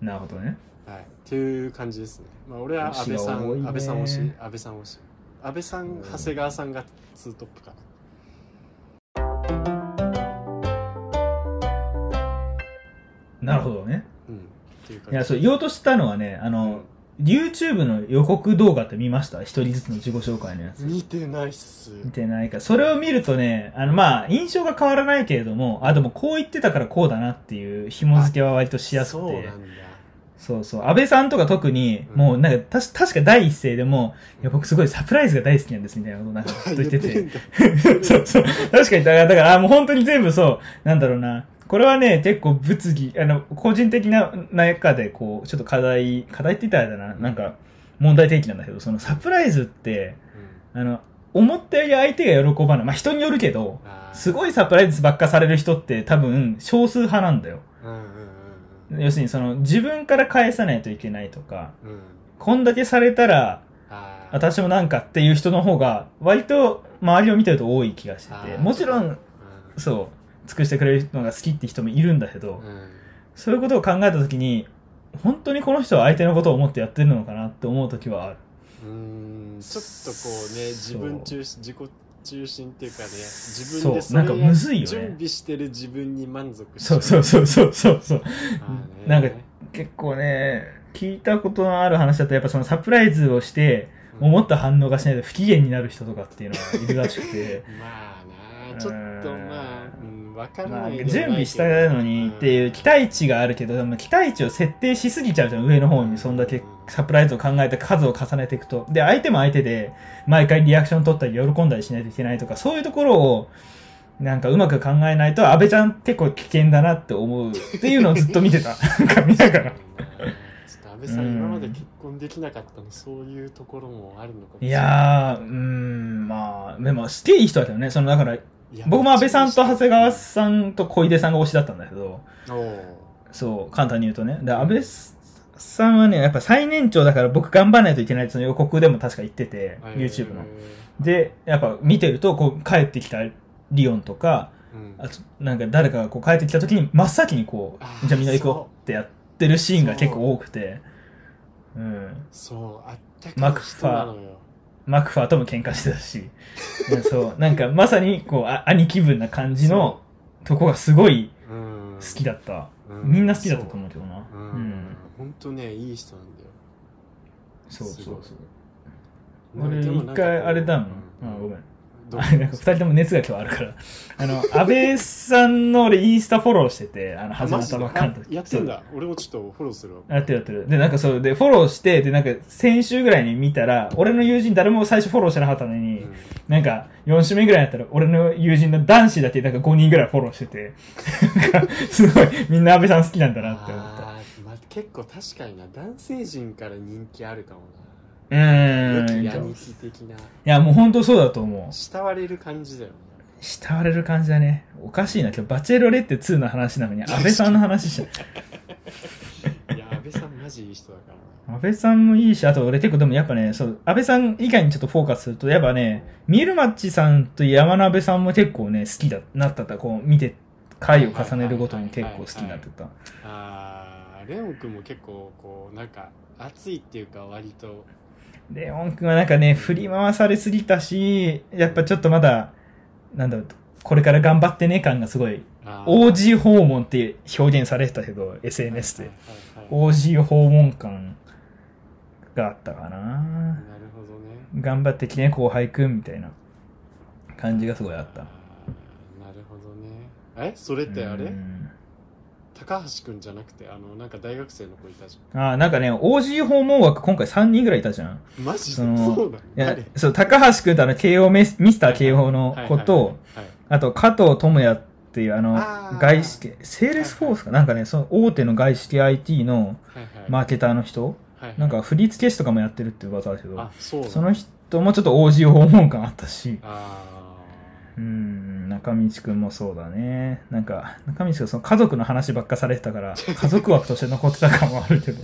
[SPEAKER 1] なるほどね。
[SPEAKER 2] はい、っていう感じですね。まあ、俺は安倍
[SPEAKER 1] 推し
[SPEAKER 2] さ
[SPEAKER 1] が多い
[SPEAKER 2] ん、
[SPEAKER 1] ね
[SPEAKER 2] 安倍さん推し、安倍さん推し。安倍さん、
[SPEAKER 1] うん
[SPEAKER 2] 長谷川さんがツートップかな。
[SPEAKER 1] なるほどね。
[SPEAKER 2] うん。っていう感
[SPEAKER 1] い
[SPEAKER 2] じ。
[SPEAKER 1] や、そう、言おうとしたのはね、あの、YouTube の予告動画って見ました一人ずつの自己紹介のやつ。
[SPEAKER 2] 似てないっす。
[SPEAKER 1] 見てないか。それを見るとね、あの、まあ、印象が変わらないけれども、あ、でもこう言ってたからこうだなっていう紐付けは割としやすく
[SPEAKER 2] そうなん
[SPEAKER 1] て
[SPEAKER 2] だ。。
[SPEAKER 1] そうそう。安倍さんとか特に、
[SPEAKER 2] うん
[SPEAKER 1] もうなんか、たし、確か第一声でも、いや、僕すごいサプライズが大好きなんですみたいなことをなんかずっと言って て。
[SPEAKER 2] んだ。
[SPEAKER 1] そうそう。確かに、だから、だから、あもう本当に全部そう、なんだろうな。これはね、結構物議、あの、個人的な中で、こう、ちょっと課題、課題って言ったらあれだな、なんか、問題提起なんだけど、そのサプライズって、あの、思ったより相手が喜ばない。まあ、人によるけど、す
[SPEAKER 2] い。
[SPEAKER 1] ごいサプライズばっかされる人って多分少数派なんだよ。
[SPEAKER 2] うんうん
[SPEAKER 1] 要するにその自分から返さないといけないとか、
[SPEAKER 2] うんうん。うん。
[SPEAKER 1] こんだけされたら
[SPEAKER 2] あー
[SPEAKER 1] 私もなんかっていう人の方が割と周りを見てると多い気がしてて、
[SPEAKER 2] あー
[SPEAKER 1] もちろんそう、尽くしてくれるのが好きって人もいるんだけど、
[SPEAKER 2] うん。うん。
[SPEAKER 1] そういうことを考えたときに、本当にこの人は相手のことを思ってやってるのかなって思うときはある。
[SPEAKER 2] うーんちょっとこう
[SPEAKER 1] そう
[SPEAKER 2] ね自分中心自己中心っていうかね自
[SPEAKER 1] そ
[SPEAKER 2] 分
[SPEAKER 1] う
[SPEAKER 2] でそれ
[SPEAKER 1] なんかむずいよね
[SPEAKER 2] 準備してる自分に満足しち
[SPEAKER 1] そ
[SPEAKER 2] ゃ
[SPEAKER 1] うそうそうそうそうそう。
[SPEAKER 2] まあね
[SPEAKER 1] なんか結構ね、聞いたことのある話だと、やっぱそのサプライズをして、
[SPEAKER 2] うん。
[SPEAKER 1] 思った反応がしないと不機嫌になる人とかっていうのはいるらしくて
[SPEAKER 2] まあ
[SPEAKER 1] う
[SPEAKER 2] なんちょっとまあ、うん、わから
[SPEAKER 1] ま
[SPEAKER 2] な
[SPEAKER 1] あ、
[SPEAKER 2] いでもないけど
[SPEAKER 1] 準備したのにっていう期待値があるけど、でも期待値を設定しすぎちゃうじゃん、上の方に。そんだけサプライズを考えて数を重ねていくと。で、相手も相手で、毎回リアクション取ったり喜んだりしないといけないとか、そういうところを、なんかうまく考えないと、安倍ちゃん結構危険だなって思うっていうのをずっと見てた。なんか見ながら。
[SPEAKER 2] うんちょっと安倍さん、
[SPEAKER 1] うん
[SPEAKER 2] 今まで結婚できなかったのそういうところもあるのかもし
[SPEAKER 1] い
[SPEAKER 2] れな
[SPEAKER 1] やー、うーん、まあ、でも、すげえいい人だったよね。その、だから、
[SPEAKER 2] いいや
[SPEAKER 1] 僕も安倍さんと長谷川さんと小出さんが推しだったんだけど、
[SPEAKER 2] おう
[SPEAKER 1] そう、簡単に言うとね。で、安倍さんはね、やっぱ最年長だから僕頑張らないといけないってその予告でも確か言ってて、YouTube の。で、やっぱ見てると、こう帰ってきたリオンとか、
[SPEAKER 2] うん
[SPEAKER 1] あと、なんか誰かがこう帰ってきた時に真っ先にこ
[SPEAKER 2] あ
[SPEAKER 1] う、
[SPEAKER 2] ー
[SPEAKER 1] じゃあみんな行こうってやってるシーンが結構多くて、うん。
[SPEAKER 2] そうあった
[SPEAKER 1] マ
[SPEAKER 2] か
[SPEAKER 1] ク
[SPEAKER 2] い
[SPEAKER 1] ファー
[SPEAKER 2] 人なのよ
[SPEAKER 1] マクファーとも喧嘩してたし、うんそう、 なんかまさにこう、あ兄貴分な感じのとこがすごい
[SPEAKER 2] うん
[SPEAKER 1] 好きだった。
[SPEAKER 2] う
[SPEAKER 1] みんな好きだったと思うけどな。
[SPEAKER 2] そうう
[SPEAKER 1] う
[SPEAKER 2] ん
[SPEAKER 1] ん。
[SPEAKER 2] 本当ねいい人なんだよ
[SPEAKER 1] そうそうそう。
[SPEAKER 2] な
[SPEAKER 1] 俺、
[SPEAKER 2] んかでも
[SPEAKER 1] 一
[SPEAKER 2] なんかこう
[SPEAKER 1] 回あれだもん。
[SPEAKER 2] う
[SPEAKER 1] あ、ごめん。
[SPEAKER 2] どう
[SPEAKER 1] あれ、なんか二人とも熱が今日あるから。あの、安倍さんの俺インスタフォローしてて、あの、
[SPEAKER 2] あ
[SPEAKER 1] 始まったばっかの
[SPEAKER 2] マジ
[SPEAKER 1] 時。
[SPEAKER 2] であやってんだ俺もちょっとフォローするわ
[SPEAKER 1] そう。やってるやってる。で、なんかそう、で、フォローして、で、なんか先週ぐらいに見たら、俺の友人誰も最初フォローしてなかったの
[SPEAKER 2] う
[SPEAKER 1] に、
[SPEAKER 2] ん
[SPEAKER 1] なんか、4週目ぐらいだったら、俺の友人の男子だけ、なんか5人ぐらいフォローしてて、 なんか、すごい、みんな安倍さん好きなんだなって思った。
[SPEAKER 2] あーまあ、結構確かにな男性陣から人気あるかも
[SPEAKER 1] う
[SPEAKER 2] な良
[SPEAKER 1] ー
[SPEAKER 2] き
[SPEAKER 1] ん。い
[SPEAKER 2] 兄貴的な
[SPEAKER 1] や、もう本当そうだと思う。
[SPEAKER 2] 慕われる感じだよね
[SPEAKER 1] 慕われる感じだね。おかしいな。今日、バチェロレッテ2の話なのに、安倍さんの話しちゃう。
[SPEAKER 2] いや安倍さんマジいい人だから
[SPEAKER 1] 安倍さんもいいし、あと俺結構でもやっぱね、そう、安倍さん以外にちょっとフォーカスすると、やっぱね、ミルマッチさんと山鍋さんも結構ね、好きだ、なったった、こう見て、回を重ねるごとに結構好きになってた。
[SPEAKER 2] あーレオン君も結構こうなんか熱いっていうか割と
[SPEAKER 1] レオン君はなんかね、振り回されすぎたし、やっぱちょっとまだ、なんだろう、これから頑張ってね感がすごい、
[SPEAKER 2] あー
[SPEAKER 1] OG 訪問って表現されてたけど、SNS で。
[SPEAKER 2] はいはいはい
[SPEAKER 1] OG 訪問感があったかな。
[SPEAKER 2] なるほどね
[SPEAKER 1] 頑張ってきてね、後輩くんみたいな感じがすごいあった
[SPEAKER 2] あ。ーなるほどねえそれってあれ
[SPEAKER 1] うん
[SPEAKER 2] 高橋君じゃなくてあのなんか大学生の子いたじ
[SPEAKER 1] あーなんかね、OG 訪問枠今回3人ぐらいいたじゃん。
[SPEAKER 2] ゃんマジでそ
[SPEAKER 1] その
[SPEAKER 2] う
[SPEAKER 1] い
[SPEAKER 2] なの
[SPEAKER 1] や
[SPEAKER 2] 誰、
[SPEAKER 1] そう、高橋くんとあの、慶応メス、ミスター慶応の
[SPEAKER 2] はい
[SPEAKER 1] 子と、
[SPEAKER 2] はい
[SPEAKER 1] あと、加藤智也っていう、あの
[SPEAKER 2] あー、
[SPEAKER 1] 外資系、セールスフォースかなんかね、その大手の外資系 IT の
[SPEAKER 2] はいはいはい
[SPEAKER 1] マーケターの人、
[SPEAKER 2] はいはい
[SPEAKER 1] なんか振付師とかもやってるっていう噂だけど
[SPEAKER 2] あ、そうな
[SPEAKER 1] その人もちょっと OG 訪問感あったし、
[SPEAKER 2] あ
[SPEAKER 1] うーん、中道くんもそうだね。なんか、中道くんその家族の話ばっかされてたから、家族枠として残ってた感もあるけど、
[SPEAKER 2] ー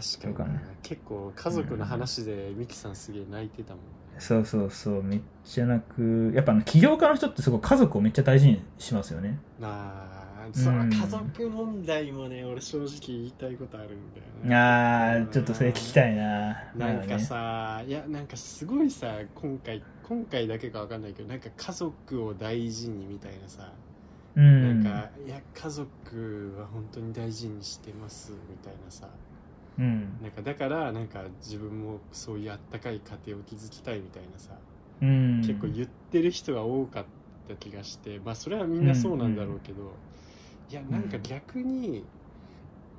[SPEAKER 1] そう
[SPEAKER 2] 確か
[SPEAKER 1] か
[SPEAKER 2] に、
[SPEAKER 1] ね
[SPEAKER 2] 結構家族の話でミキさんすげえ泣いてたもん、ね
[SPEAKER 1] そうそうそう、めっちゃなく、やっぱあの起業家の人ってすごい家族をめっちゃ大事にしますよね。
[SPEAKER 2] まあ
[SPEAKER 1] うん
[SPEAKER 2] その家族問題もね、俺正直言いたいことあるんだよね
[SPEAKER 1] あー、ちょっとそれ聞き
[SPEAKER 2] い
[SPEAKER 1] たいな。
[SPEAKER 2] なんか
[SPEAKER 1] ね
[SPEAKER 2] さ、いやなんかすごいさ今回今回だけかわかんないけどなんか家族を大事にみたいなさ、
[SPEAKER 1] うん。
[SPEAKER 2] なんかいや家族は本当に大事にしてますみたいなさ
[SPEAKER 1] うん。
[SPEAKER 2] なんかだからなんか自分もそういうあったかい家庭を築きたいみたいなさ、
[SPEAKER 1] うん。
[SPEAKER 2] 結構言ってる人が多かった気がしてまあそれはみんなそうなんだろうけど、いやなんか逆に、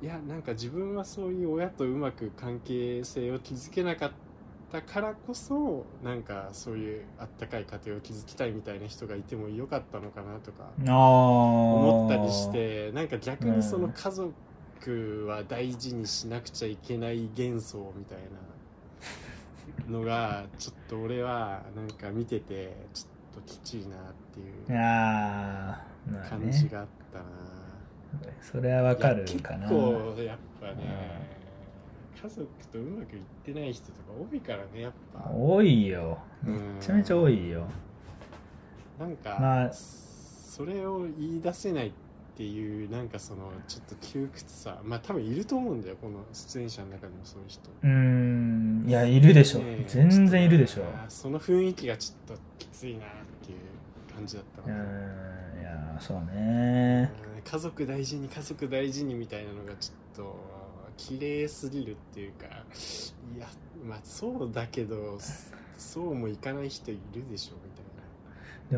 [SPEAKER 2] いやなんか自分はそういう親とうまく関係性を築けなかったからこそなんかそういうあったかい家庭を築きたいみたいな人がいてもよかったのかなとか
[SPEAKER 1] ああ。思
[SPEAKER 2] 思ったりし。てなんか逆にその家族は大事にしなくちゃいけない幻想みたいなのがちょっと俺はなんか見ててちょっときちいなって
[SPEAKER 1] い
[SPEAKER 2] いう
[SPEAKER 1] やーまあ
[SPEAKER 2] 感じ
[SPEAKER 1] ね。
[SPEAKER 2] があったな、
[SPEAKER 1] それはわかるか
[SPEAKER 2] い
[SPEAKER 1] な。
[SPEAKER 2] や結構やっぱね家族とうまくいってない人とか多いからねやっぱ
[SPEAKER 1] 多いよ。
[SPEAKER 2] うん
[SPEAKER 1] めちゃめちゃ多いよ。
[SPEAKER 2] なんか、
[SPEAKER 1] まあ
[SPEAKER 2] それを言い出せないっていうなんかそのちょっと窮屈さまあ多分いると思うんだよこの出演者の中にもそういう人
[SPEAKER 1] うーん。いや、いるでしょ
[SPEAKER 2] ねえ。
[SPEAKER 1] 全然いるでしょ
[SPEAKER 2] ち。っとなその雰囲気がちょっときついなっていう感じだった
[SPEAKER 1] うー
[SPEAKER 2] わ
[SPEAKER 1] ん。いやー、そうね。
[SPEAKER 2] うん家族大事に家族大事にみたいなのがちょっと綺麗すぎるっていうかいやまあそうだけどそうもいかない人いるでしょみたいな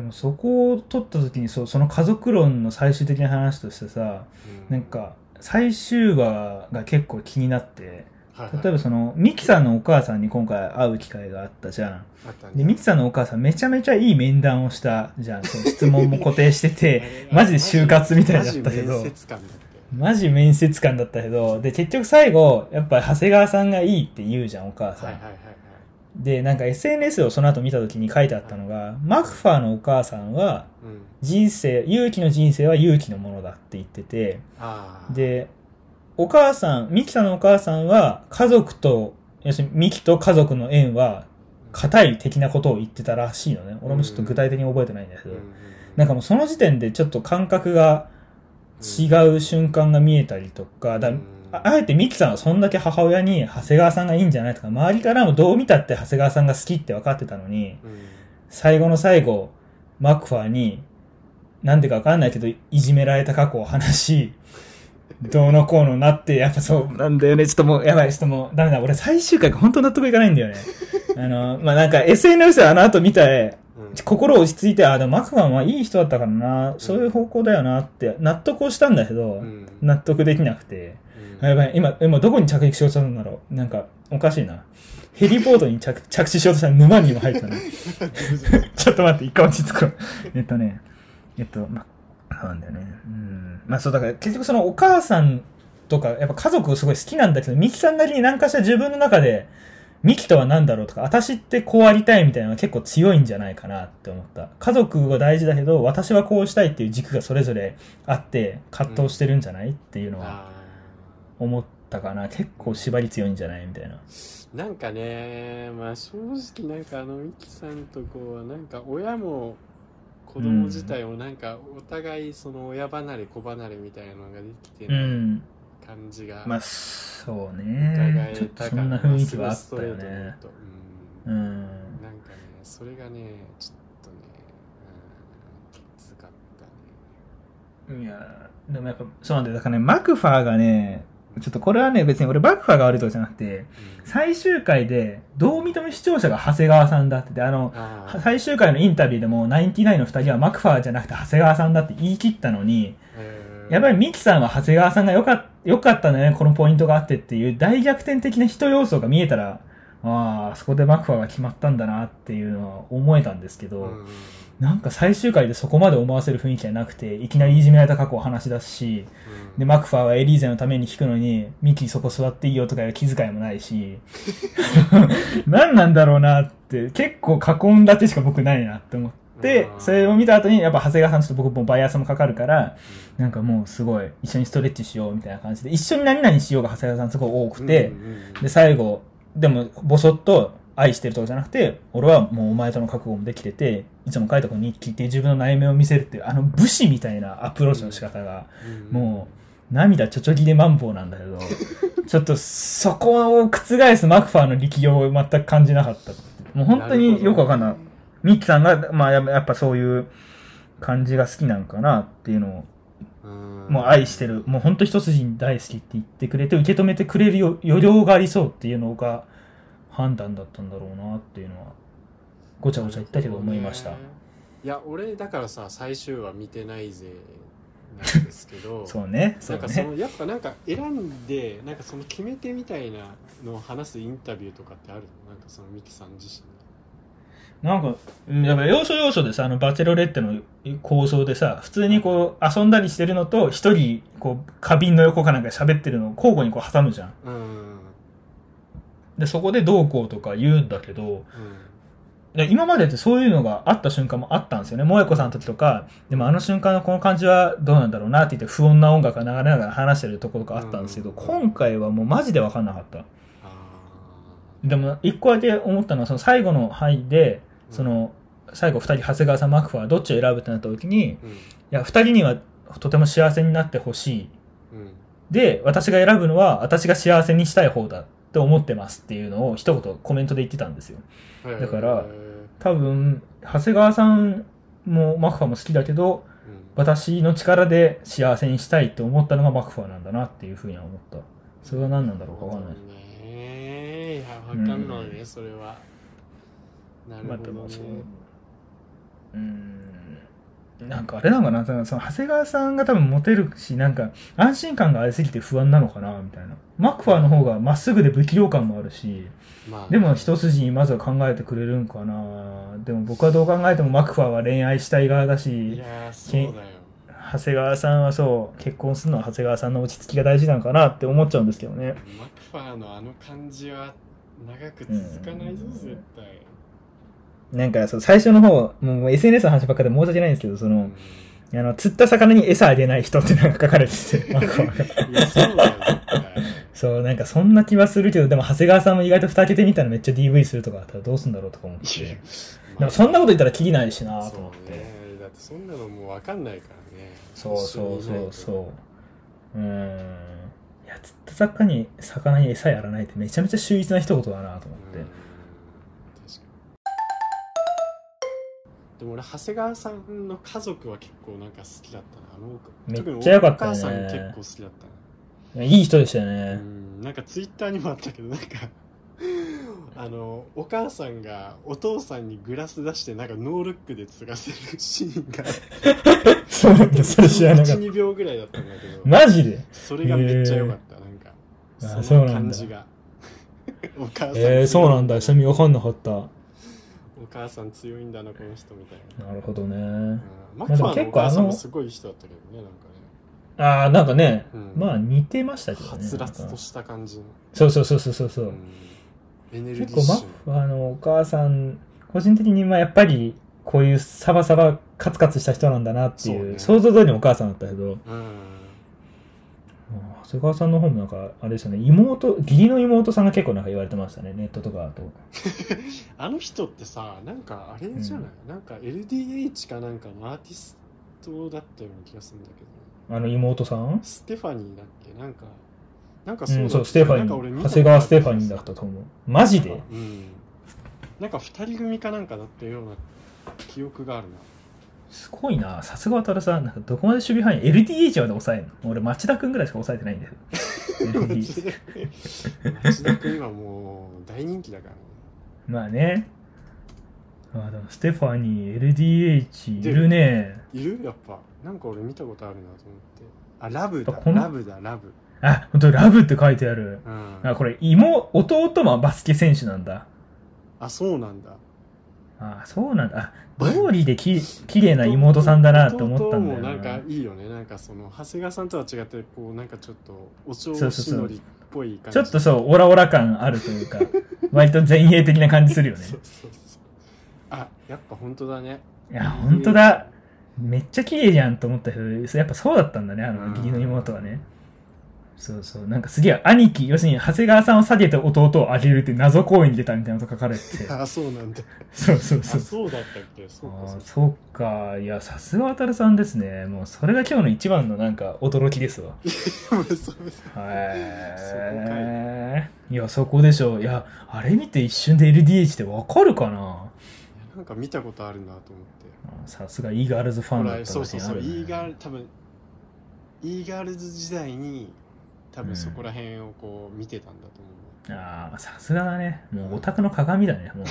[SPEAKER 1] でもそこを取った時にそう、その家族論の最終的な話としてさ、
[SPEAKER 2] う
[SPEAKER 1] なんか、最終話が結構気になって、
[SPEAKER 2] はいはい
[SPEAKER 1] 例えばその、ミキさんのお母さんに今回会う機会があったじゃん。
[SPEAKER 2] あったね
[SPEAKER 1] で、ミキさんのお母さんめちゃめちゃいい面談をしたじゃん。その質問も固定して て、マジで就活みたいだったけど
[SPEAKER 2] マジ面接官だって
[SPEAKER 1] マジ面接官だったけど、で、結局最後、やっぱ長谷川さんがいいって言うじゃん、お母さん。
[SPEAKER 2] はいはいはいはい
[SPEAKER 1] で、なんか SNS をその後見た時に書いてあったのが、マクファーのお母さんは、
[SPEAKER 2] うん
[SPEAKER 1] 人生、勇気の人生は勇気のものだって言ってて、
[SPEAKER 2] ああ
[SPEAKER 1] で、お母さん、ミキさんのお母さんは、家族と、要するにミキと家族の縁は、固い的なことを言ってたらしいのね。俺もちょっと具体的に覚えてないんだけ
[SPEAKER 2] う
[SPEAKER 1] ど。
[SPEAKER 2] んうん
[SPEAKER 1] なんかもうその時点でちょっと感覚が違う瞬間が見えたりとか、だああえてミキさんはそんだけ母親に長谷川さんがいいんじゃないとか、周りからもどう見たって長谷川さんが好きって分かってたのに、
[SPEAKER 2] うんうん
[SPEAKER 1] 最後の最後、マクファーに、なんでか分かんないけど、いじめられた過去を話し、どうのこうのなって、やっぱそうなんだよね。ちょっともう、やばい、ちょっともう、ダメだ。俺最終回が本当納得いかないんだよね。あの、まあ、なんか SNS であの後見た
[SPEAKER 2] うん
[SPEAKER 1] 心落ち着いて、あ、でもマクファンはいい人だったからな、そういう方向だよなって、納得をしたんだけど、
[SPEAKER 2] うん
[SPEAKER 1] 納得できなくて。
[SPEAKER 2] うん
[SPEAKER 1] あやばい、今、今どこに着陸しようとしたんだろう。なんか、おかしいな。ヘリポートに着着地しようとしたら沼にも入ったな。 ちょっと待って、一回落ち着こう。 えっとね、えっと、ま、そうなんだよね。うん。まあそう、だから結局そのお母さんとか、やっぱ家族すごい好きなんだけど、ミキさんなりに何かした自分の中で、ミキとは何だろうとか、私ってこうありたいみたいなのが結構強いんじゃないかなって思った。家族は大事だけど、私はこうしたいっていう軸がそれぞれあって、葛藤してるんじゃないっていうのは
[SPEAKER 2] あ
[SPEAKER 1] 思っったかな結構縛り強いんじゃないみたいな。
[SPEAKER 2] なんかね、まあ正直なんかあの、ミキさんとこはなんか親も子供自体もなんかお互いその親離れ子離れみたいなのができて
[SPEAKER 1] う
[SPEAKER 2] ない
[SPEAKER 1] ん。
[SPEAKER 2] 感じが
[SPEAKER 1] まあ、そう
[SPEAKER 2] 伺
[SPEAKER 1] ね。ちょっ
[SPEAKER 2] え
[SPEAKER 1] と
[SPEAKER 2] た
[SPEAKER 1] そ
[SPEAKER 2] から
[SPEAKER 1] んな
[SPEAKER 2] まあ
[SPEAKER 1] 雰囲
[SPEAKER 2] す
[SPEAKER 1] 気
[SPEAKER 2] ご
[SPEAKER 1] はいあっ
[SPEAKER 2] スト
[SPEAKER 1] た
[SPEAKER 2] レー
[SPEAKER 1] よ
[SPEAKER 2] トだ
[SPEAKER 1] ね。
[SPEAKER 2] と
[SPEAKER 1] う
[SPEAKER 2] うん
[SPEAKER 1] ん。
[SPEAKER 2] なんかね、それがね、ちょっとね、うん、きつかったね。
[SPEAKER 1] いやーでもやっぱ、そうなんだよ。だからね、マクファーがね、ちょっとこれはね、別に俺マクファーが悪いとかじゃなくて、最終回で、どう認め視聴者が長谷川さんだって言って、あの、
[SPEAKER 2] ああ、
[SPEAKER 1] 最終回のインタビューでも、ナインティナインの二人はマクファーじゃなくて長谷川さんだって言い切ったのに、
[SPEAKER 2] えー
[SPEAKER 1] やっぱりミキさんは長谷川さんがよかっよかったね、このポイントがあってっていう大逆転的な人要素が見えたら、ああ、そこでマクファーが決まったんだなっていうのは思えたんですけど、
[SPEAKER 2] うん
[SPEAKER 1] なんか最終回でそこまで思わせる雰囲気はなくて、いきなりいじめられた過去を話し出すし、で、マクファーはエリーゼのために弾くのに、ミキそこ座っていいよとかいう気遣いもないし、 何なんだろうなって、結構囲んだ手しか僕ないなって思って、
[SPEAKER 2] うん
[SPEAKER 1] それを見た後に、やっぱ長谷川さんちょっと僕もバイアスもかかるから、なんかもうすごい、一緒にストレッチしようみたいな感じで、一緒に何々しようが長谷川さんすごい多くて、
[SPEAKER 2] うんうん
[SPEAKER 1] で、最後、でも、ぼそっと愛してるとかじゃなくて、俺はもうお前との覚悟もできてて、いつも書いたこの日記っていう自分の内面を見せるっていう、あの武士みたいなアプローチの仕方が、
[SPEAKER 2] うん
[SPEAKER 1] もう、涙ちょちょぎでマンボウなんだけど、ちょっとそこを覆すマクファーの力量を全く感じなかった。もう本当によくわかんない。ミッキさんが、まあやっぱやっぱそういう感じが好きなんかなっていうのをもう愛してる、もう本当一筋に大好きって言ってくれて、受け止めてくれるよ余量がありそうっていうのが判断だったんだろうなっていうのは、ごちゃごちゃ言ったけど思いました。
[SPEAKER 2] なるほどねいや俺だからさ最終話見てないぜなんですけ ど
[SPEAKER 1] そうね、そ
[SPEAKER 2] なん
[SPEAKER 1] う
[SPEAKER 2] かそ
[SPEAKER 1] ね。
[SPEAKER 2] のやっぱなんか選んでなんかその決め手みたいなのを話すインタビューとかってあるのなんかそのミキさん自身
[SPEAKER 1] なんか、うんやっぱ要所要所でさ、あの、バチェロレッテの構想でさ、普通にこう、遊んだりしてるのと、一人、こう、花瓶の横かなんかで喋ってるのを交互にこう挟むじゃん。
[SPEAKER 2] のうん
[SPEAKER 1] で、そこでどうこうとか言うんだけど、で今までってそういうのがあった瞬間もあったんですよね。萌子さんの時とか、でもあの瞬間のこの感じはどうなんだろうなって言って不穏な音楽が流れながら話してるところとかあったんですけど、
[SPEAKER 2] うん
[SPEAKER 1] 今回はもうマジでわかんなかった。
[SPEAKER 2] あー
[SPEAKER 1] でも一個だけ思ったのはその最後の範囲で、その最後二人長谷川さんマクファーどっちを選ぶってなった時に、い
[SPEAKER 2] うん
[SPEAKER 1] や二人にはとても幸せになってほしい。
[SPEAKER 2] うん
[SPEAKER 1] で、私が選ぶのは私が幸せにしたい方だって思ってますっていうのを一言コメントで言ってたんですよ。
[SPEAKER 2] うん
[SPEAKER 1] だから
[SPEAKER 2] へー
[SPEAKER 1] 多分長谷川さんもマクファーも好きだけど
[SPEAKER 2] うん
[SPEAKER 1] 私の力で幸せにしたいって思ったのがマクファーなんだなっていうふうには思ったそれは何なんだろうかわかんない、
[SPEAKER 2] ねいや、わかんないね、
[SPEAKER 1] う
[SPEAKER 2] それは。なる
[SPEAKER 1] まあ
[SPEAKER 2] ほ
[SPEAKER 1] で
[SPEAKER 2] ど、
[SPEAKER 1] も
[SPEAKER 2] ね
[SPEAKER 1] そううーんなんかあれなんかなそのその長谷川さんが多分モテるしなんか安心感がありすぎて不安なのかなみたいなマクファーの方がまっすぐで不器量感もあるし
[SPEAKER 2] まあ、
[SPEAKER 1] でも一筋にまずは考えてくれるんかなでも僕はどう考えてもマクファーは恋愛したい側だ
[SPEAKER 2] い
[SPEAKER 1] し
[SPEAKER 2] やー、そうだよ。
[SPEAKER 1] 長谷川さんはそう結婚するのは長谷川さんの落ち着きが大事なのかなって思っちゃうんですけどね
[SPEAKER 2] マクファーのあの感じは長く続かないぞ、
[SPEAKER 1] うん
[SPEAKER 2] 絶対。
[SPEAKER 1] なんかそう最初の方もう SNS の話ばっかで申し訳ないんですけどそのあの釣った魚に餌あげない人ってなんか書かれてて なんか
[SPEAKER 2] うんいや、そうだよ、絶対。
[SPEAKER 1] そうなんかそんな気はするけどでも長谷川さんも意外と蓋開けてみたらめっちゃ DV するとかあったらどうすんだろうとか思っ
[SPEAKER 2] いや
[SPEAKER 1] て でもそんなこと言ったらキリないしなと思っ
[SPEAKER 2] そう
[SPEAKER 1] て
[SPEAKER 2] ね。だって、そんなのもうわかんないからね。
[SPEAKER 1] そうそうそう
[SPEAKER 2] う。
[SPEAKER 1] そううーんいや釣った魚に魚に餌やらないってめちゃめちゃ秀逸な一言だなと思って、
[SPEAKER 2] うん確かにでも俺長谷川さんの家族は結構なんか好きだったなあの
[SPEAKER 1] めっちゃ
[SPEAKER 2] 特に
[SPEAKER 1] 良かったね
[SPEAKER 2] お母さん結構好きだった
[SPEAKER 1] いやいい人でしたよ
[SPEAKER 2] な、う
[SPEAKER 1] ね。
[SPEAKER 2] んなんかツイッターにもあったけどなんか あのお母さんがお父さんにグラス出してなんかノールックで継がせるシーンが
[SPEAKER 1] そうなんだ、 それ知らなかった。
[SPEAKER 2] 12秒ぐらいだったんだけ ど
[SPEAKER 1] マジで
[SPEAKER 2] それがめっちゃ良かった、なんか
[SPEAKER 1] あ
[SPEAKER 2] そ
[SPEAKER 1] そう
[SPEAKER 2] の
[SPEAKER 1] なん
[SPEAKER 2] 感
[SPEAKER 1] だ
[SPEAKER 2] じが お母さん
[SPEAKER 1] えー、そうなんだ。
[SPEAKER 2] 強
[SPEAKER 1] 久
[SPEAKER 2] い
[SPEAKER 1] 美わかんなかった。な
[SPEAKER 2] お母さん強いんだなこの人みたいな
[SPEAKER 1] るほどね。
[SPEAKER 2] マクファ
[SPEAKER 1] まあでも
[SPEAKER 2] ーのお母さんも
[SPEAKER 1] 結構あの
[SPEAKER 2] すごい人だったけどね、なんかね。
[SPEAKER 1] ああ、なんかね、
[SPEAKER 2] うん
[SPEAKER 1] まあ似てましたけど
[SPEAKER 2] は
[SPEAKER 1] ね。
[SPEAKER 2] つらつ
[SPEAKER 1] なん
[SPEAKER 2] と
[SPEAKER 1] か
[SPEAKER 2] した感じの。
[SPEAKER 1] そうそうそうそうそうそうう。
[SPEAKER 2] んエネルギッ
[SPEAKER 1] 結構マ
[SPEAKER 2] シ
[SPEAKER 1] ッファーのお母さん、個人的にまあやっぱりこういうサバサバカツカツした人なんだなっていう、
[SPEAKER 2] そう
[SPEAKER 1] 想
[SPEAKER 2] ね
[SPEAKER 1] 像通りのお母さんだったけど、
[SPEAKER 2] ュ。うん。
[SPEAKER 1] まあ長谷川さんの方もなんか、あれですよね、妹、義理の妹さんが結構なんか言われてましたね、ネットとかだと。
[SPEAKER 2] あの人ってさなんかあれじゃない、なんか LDH かなんかのアーティストだったような気がするんだけど
[SPEAKER 1] あの妹さん
[SPEAKER 2] ステファニーだっけなんかなんか
[SPEAKER 1] うん、
[SPEAKER 2] だ
[SPEAKER 1] そう、ステファ
[SPEAKER 2] なん
[SPEAKER 1] ニ
[SPEAKER 2] か俺見
[SPEAKER 1] ー。
[SPEAKER 2] た
[SPEAKER 1] 長谷川ステファニーだったと思う。マジで
[SPEAKER 2] うんなんか二人組かなんかだったような記憶があるな
[SPEAKER 1] すごいな。さすが渡るさん、なんかどこまで守備範囲、LDH まで抑えんの俺、町田くんぐらいしか抑えてないんだよ。LDH
[SPEAKER 2] 町田君今もう大人気だから、ね、
[SPEAKER 1] まあね。あでもステファニー、LDH いるね。
[SPEAKER 2] いるやっぱなんか俺見たことあるなと思ってあラブだ
[SPEAKER 1] やっぱこの
[SPEAKER 2] ラブだラブ
[SPEAKER 1] あ、ほんと、ラブって書いてある。
[SPEAKER 2] うん
[SPEAKER 1] あ、これ、妹、弟もバスケ選手なんだ。
[SPEAKER 2] あそうなんだ
[SPEAKER 1] あ、そうなんだ。あ、料理でき、綺麗な妹さんだなと思ったんだよ
[SPEAKER 2] 弟もなん
[SPEAKER 1] な
[SPEAKER 2] か。いいよねなんかその長谷川さんとは違ってこうなんかちょっとお調
[SPEAKER 1] そうそう
[SPEAKER 2] 子
[SPEAKER 1] そう
[SPEAKER 2] 乗りっぽい感じ
[SPEAKER 1] ちょっとそう、オラオラ感あるというか、割と前衛的な感じするよね
[SPEAKER 2] そ。うそうそうあやっぱ本当だね
[SPEAKER 1] いや、ほんとだ。めっちゃ綺麗じゃんと思ったけど、そうやっぱそうだったんだね、あの、義理の妹はね。そうそう、なんかすげえ、兄貴、要するに、長谷川さんを下げて弟を上げるって謎行為に出たみたいなこと書かれてて。
[SPEAKER 2] あそうなんだ
[SPEAKER 1] そうそう
[SPEAKER 2] あ
[SPEAKER 1] そう。
[SPEAKER 2] そうだったっけそうか
[SPEAKER 1] あ
[SPEAKER 2] そ
[SPEAKER 1] あ
[SPEAKER 2] うか
[SPEAKER 1] そうか。いや、さすが渡るさんですね。もう、それが今日の一番のなんか、驚きですわ。
[SPEAKER 2] そうそう
[SPEAKER 1] へえ。いや、そこでしょう。いや、あれ見て一瞬で LDH ってわかるかな
[SPEAKER 2] なんか見たことあるなと思って
[SPEAKER 1] あさすがイーガールズファ
[SPEAKER 2] ほ
[SPEAKER 1] ンだっ
[SPEAKER 2] ら
[SPEAKER 1] た
[SPEAKER 2] そう
[SPEAKER 1] ら
[SPEAKER 2] そうそう、イーガール多分イーガールズ時代に多分そこら辺をこう見てたんだと思う、
[SPEAKER 1] ああ、さすがだね。もうオタクの鏡だね、もうね。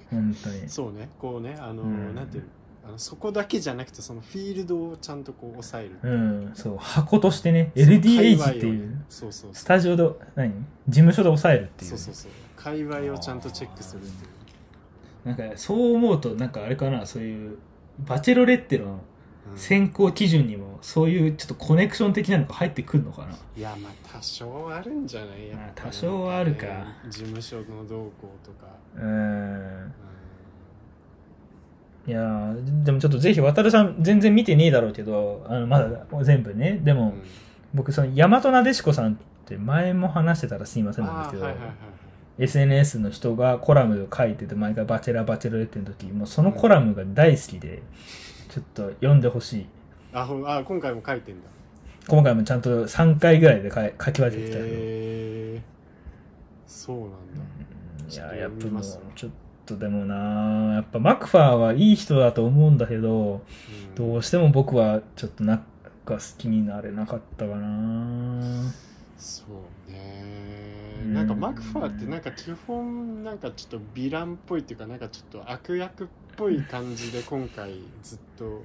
[SPEAKER 1] 本当に。
[SPEAKER 2] そうねこうねあの、
[SPEAKER 1] うん
[SPEAKER 2] なんていうのあのそこだけじゃなくてそのフィールドをちゃんとこう抑える、
[SPEAKER 1] うん、そう、箱としてね、
[SPEAKER 2] その界
[SPEAKER 1] LDH
[SPEAKER 2] 隈を
[SPEAKER 1] っていう、
[SPEAKER 2] そうそう
[SPEAKER 1] ス
[SPEAKER 2] そ
[SPEAKER 1] タジオで、何事務所で抑えるって
[SPEAKER 2] う
[SPEAKER 1] いう。
[SPEAKER 2] そうそうそう界隈をちゃんとチェックするっていう
[SPEAKER 1] なんか、そう思うと、なんかあれかな、そういう、バチェロレッテの
[SPEAKER 2] うん
[SPEAKER 1] 選考基準にも、そういうちょっとコネクション的なのが入ってくるのかな。
[SPEAKER 2] いやまあ多少あるんじゃないやっぱ
[SPEAKER 1] まあ多少はあるか
[SPEAKER 2] なんね事務所の動向とか、
[SPEAKER 1] うーん。
[SPEAKER 2] う
[SPEAKER 1] いやーでもちょっとぜひ、渡るさん、全然見てねえだろうけど、あの、まだ全部ね。で
[SPEAKER 2] ん
[SPEAKER 1] も、
[SPEAKER 2] うん
[SPEAKER 1] 僕、その、大和なでしこさんって前も話してたらすいませんなんで
[SPEAKER 2] あ
[SPEAKER 1] す
[SPEAKER 2] ー
[SPEAKER 1] けど、
[SPEAKER 2] はいはいはい
[SPEAKER 1] SNS の人がコラムを書いてて、毎回バチェラーバチェロレッテの時、もうそのコラムが大好きで、ちょっと読んでほしい。
[SPEAKER 2] あほんあ今回も書いてんだ
[SPEAKER 1] 今回もちゃんと3回ぐらいで書い書き分けてきたけど、
[SPEAKER 2] えー、そうなんだ
[SPEAKER 1] い
[SPEAKER 2] ちょっ
[SPEAKER 1] や、
[SPEAKER 2] と
[SPEAKER 1] やっぱ
[SPEAKER 2] 読み
[SPEAKER 1] もう
[SPEAKER 2] ます、
[SPEAKER 1] ちょっとでもなーやっぱマクファーはいい人だと思うんだけど、
[SPEAKER 2] うん
[SPEAKER 1] どうしても僕はちょっとなんか好きになれなかったかな
[SPEAKER 2] そうね
[SPEAKER 1] うん
[SPEAKER 2] なんかマクファーってなんか基本なんかちょっとヴィランっぽいっていうかなんかちょっと悪役っぽい感じで今回ずっと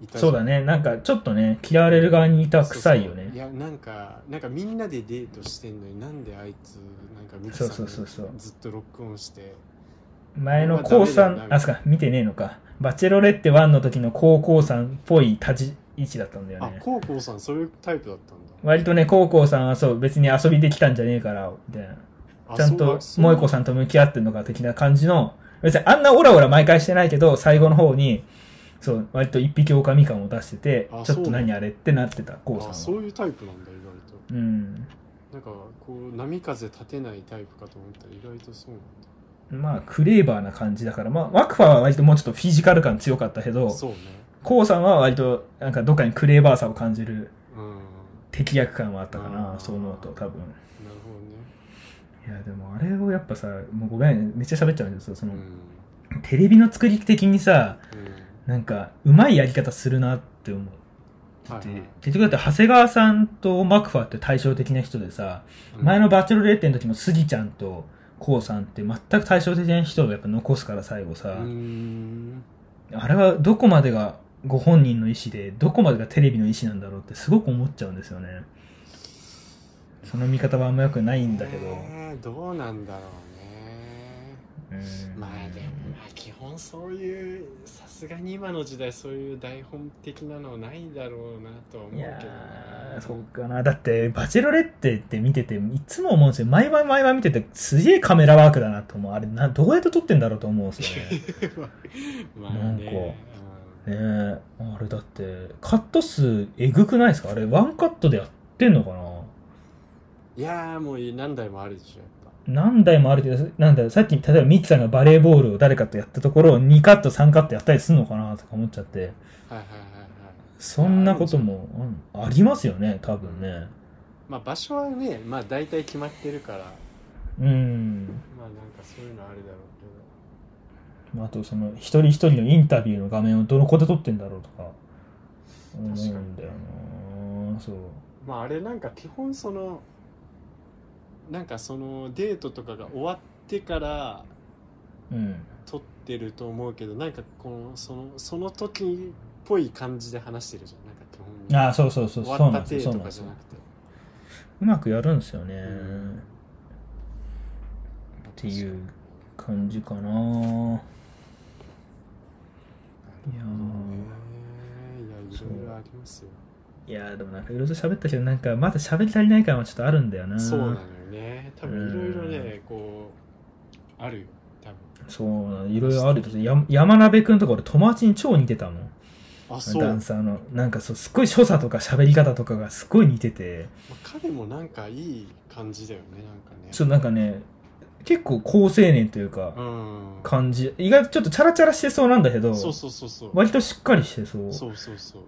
[SPEAKER 2] いたじゃん
[SPEAKER 1] そうだねなんかちょっとね嫌われる側にいた臭いよ
[SPEAKER 2] そうそうい
[SPEAKER 1] ね
[SPEAKER 2] やなんかなんかみんなでデートしてんのになんであいつなんかミキ
[SPEAKER 1] そ
[SPEAKER 2] さ
[SPEAKER 1] うんそうそうそう
[SPEAKER 2] ずっとロックオンして
[SPEAKER 1] 前の高
[SPEAKER 2] まあダメだよ
[SPEAKER 1] 3
[SPEAKER 2] な
[SPEAKER 1] あすか見てねえのかバチェロレッテ1の時の高校さんっぽい立ち位置だったんだよ
[SPEAKER 2] あ
[SPEAKER 1] ね
[SPEAKER 2] コウコウさんそういうタイプだったんだ
[SPEAKER 1] 割とね高校さんはそう別に遊びできたんじゃねえからみたいな
[SPEAKER 2] あ
[SPEAKER 1] ちゃんと
[SPEAKER 2] そう
[SPEAKER 1] 萌子さんと向き合ってんのか的な感じの別にあんなオラオラ毎回してないけど最後の方にそう割と一匹狼感を出してて
[SPEAKER 2] あ
[SPEAKER 1] ちょっ
[SPEAKER 2] そ
[SPEAKER 1] と
[SPEAKER 2] うなん
[SPEAKER 1] 何あれってなってた
[SPEAKER 2] そ
[SPEAKER 1] 高
[SPEAKER 2] う
[SPEAKER 1] さん
[SPEAKER 2] あ
[SPEAKER 1] は
[SPEAKER 2] そういうタイプなんだ意外と
[SPEAKER 1] うん
[SPEAKER 2] なんかこう波風立てないタイプかと思ったら意外とそうなんだ
[SPEAKER 1] まあクレーバーな感じだから、まあ、ワクファは割ともうちょっとフィジカル感強かったけど
[SPEAKER 2] そうね
[SPEAKER 1] コウさんは割となんかどっかにクレーバーさを感じる
[SPEAKER 2] うん
[SPEAKER 1] 敵役感はあったかな
[SPEAKER 2] あー
[SPEAKER 1] そう思うと多分
[SPEAKER 2] なるほ
[SPEAKER 1] いやでもあれをやっぱさもうごめんめっちゃ喋っちゃうんですけどそ
[SPEAKER 2] ど
[SPEAKER 1] の、
[SPEAKER 2] ね
[SPEAKER 1] テレビの作り的にさ
[SPEAKER 2] うん、うん
[SPEAKER 1] なんかうまいやり方するなって思うだ
[SPEAKER 2] は
[SPEAKER 1] って
[SPEAKER 2] いはい
[SPEAKER 1] 結局だって長谷川さんとマクファって対照的な人でさ、前の「バチェロレッテ」の時もスギちゃんとコウさんって全く対照的な人をやっぱ残すから最後さ、
[SPEAKER 2] うん
[SPEAKER 1] あれはどこまでがご本人の意思で、どこまでがテレビの意思なんだろうってすごく思っちゃうんですよね。その見方はあんま良くないんだけど。
[SPEAKER 2] ねえどうなんだろうね
[SPEAKER 1] うん
[SPEAKER 2] まあでもまあ基本そういうさすがに今の時代そういう台本的なのないだろうなとは思う
[SPEAKER 1] い
[SPEAKER 2] け
[SPEAKER 1] や
[SPEAKER 2] どな
[SPEAKER 1] ーそうかな。だって、バチェロレッテって見てて、いつも思うんですよ。毎晩毎晩見てて、すげえカメラワークだなと思う。あれな、どうやって撮ってんだろうと思うんです よね。
[SPEAKER 2] まあね
[SPEAKER 1] なんかねえ、あれだって、カット数えぐくないですかあれ、ワンカットでやってんのかな
[SPEAKER 2] いやーもう何台もあるでしょやっぱ
[SPEAKER 1] 何台もあるけど、なんだろう、さっき、例えばミッツさんがバレーボールを誰かとやったところを2カット、3カットやったりするのかなとか思っちゃって、
[SPEAKER 2] はいはいはいはい
[SPEAKER 1] そんなことも、うんありますよね、多分ね。
[SPEAKER 2] まあ場所はねまあ大体決まってるから
[SPEAKER 1] うん。
[SPEAKER 2] まあなんかそういうのあるだろうけど
[SPEAKER 1] あと、その、一人一人のインタビューの画面をどこで撮ってんだろうとか、思うんだよなそう。
[SPEAKER 2] まああれなんか基本そのなんかそのデートとかが終わってから
[SPEAKER 1] うん。
[SPEAKER 2] 撮ってると思うけどなんかこのそのその時っぽい感じで話してるじゃんなんか基本に
[SPEAKER 1] ああ、そうそうそう、そう
[SPEAKER 2] 終わっ
[SPEAKER 1] な
[SPEAKER 2] た
[SPEAKER 1] んです
[SPEAKER 2] て
[SPEAKER 1] よ、そう
[SPEAKER 2] と
[SPEAKER 1] なんで
[SPEAKER 2] かじ
[SPEAKER 1] す
[SPEAKER 2] ゃ
[SPEAKER 1] よ
[SPEAKER 2] な。くて
[SPEAKER 1] うまくやるんですよね。
[SPEAKER 2] ん
[SPEAKER 1] っていう感じかな
[SPEAKER 2] なるほどねいやい
[SPEAKER 1] そう
[SPEAKER 2] ろいろありますよ
[SPEAKER 1] いやーでもなんかいろいろと喋ったけどなんかまだ喋り足りない感はちょっとあるんだよな
[SPEAKER 2] そうなのよね多分いろいろ
[SPEAKER 1] う
[SPEAKER 2] ねこうあるよ多分
[SPEAKER 1] そうなのいろいろあるけどや山鍋くんとか俺友達に超似てたもん
[SPEAKER 2] あそう、
[SPEAKER 1] ダン
[SPEAKER 2] ま
[SPEAKER 1] サーのなんかそうすっごい所作とか喋り方とかがすごい似てて
[SPEAKER 2] あ彼もなんかいい感じだよねなんかね
[SPEAKER 1] ちょっとなんかね結構好青年というか
[SPEAKER 2] うん
[SPEAKER 1] 感じ意外とちょっとチャラチャラしてそうなんだけど
[SPEAKER 2] そうそうそうそう
[SPEAKER 1] 割としっかりしてそう
[SPEAKER 2] そうそうそう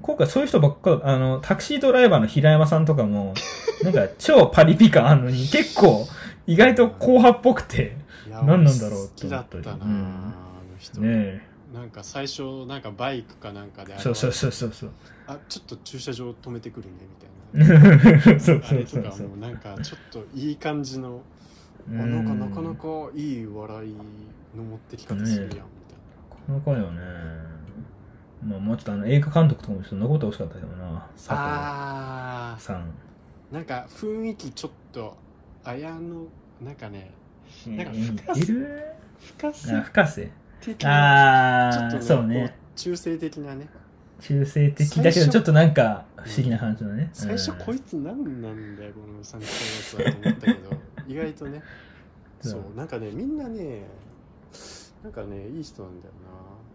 [SPEAKER 1] 今回そういう人ばっかあのタクシードライバーの平山さんとか もなんか超パリピ感あるのに結構意外と硬派っぽくて
[SPEAKER 2] いや
[SPEAKER 1] 何なんだろう
[SPEAKER 2] 俺好きだった
[SPEAKER 1] と思っ
[SPEAKER 2] なあ
[SPEAKER 1] たりうん
[SPEAKER 2] の人、
[SPEAKER 1] ね
[SPEAKER 2] なんか最初なんかバイクかなんかで
[SPEAKER 1] え
[SPEAKER 2] あの
[SPEAKER 1] そうそうそうそうそう
[SPEAKER 2] あちょっと駐車場止めてくるねみたいな
[SPEAKER 1] そうそう
[SPEAKER 2] あ
[SPEAKER 1] そ
[SPEAKER 2] れ
[SPEAKER 1] うそ
[SPEAKER 2] と
[SPEAKER 1] う
[SPEAKER 2] かもなんかちょっといい感じのあなんかなかなかいい笑いの持ってき方するやんみたいな、
[SPEAKER 1] なかなかよねまあもうちょっとあの映画監督とかもちょっと残ってほしかったけどな佐
[SPEAKER 2] あ
[SPEAKER 1] 藤さん
[SPEAKER 2] ーなんか雰囲気ちょっと綾野なんかねなんか
[SPEAKER 1] うん
[SPEAKER 2] 深瀬
[SPEAKER 1] いる
[SPEAKER 2] 深
[SPEAKER 1] あ
[SPEAKER 2] 瀬
[SPEAKER 1] 深瀬
[SPEAKER 2] 的なちょ
[SPEAKER 1] あ
[SPEAKER 2] っ
[SPEAKER 1] あ
[SPEAKER 2] と
[SPEAKER 1] そう
[SPEAKER 2] こ
[SPEAKER 1] ね
[SPEAKER 2] う中性的なね
[SPEAKER 1] 中性的だけ
[SPEAKER 2] 最
[SPEAKER 1] ど
[SPEAKER 2] 初
[SPEAKER 1] ちょっとなんか不思議な話だね
[SPEAKER 2] 最初
[SPEAKER 1] うん
[SPEAKER 2] こいつ何なんだよこの三回のやつはと思ったけ ど意外とねそう
[SPEAKER 1] そう
[SPEAKER 2] なんかねみんなねなんかねいい人なんだよ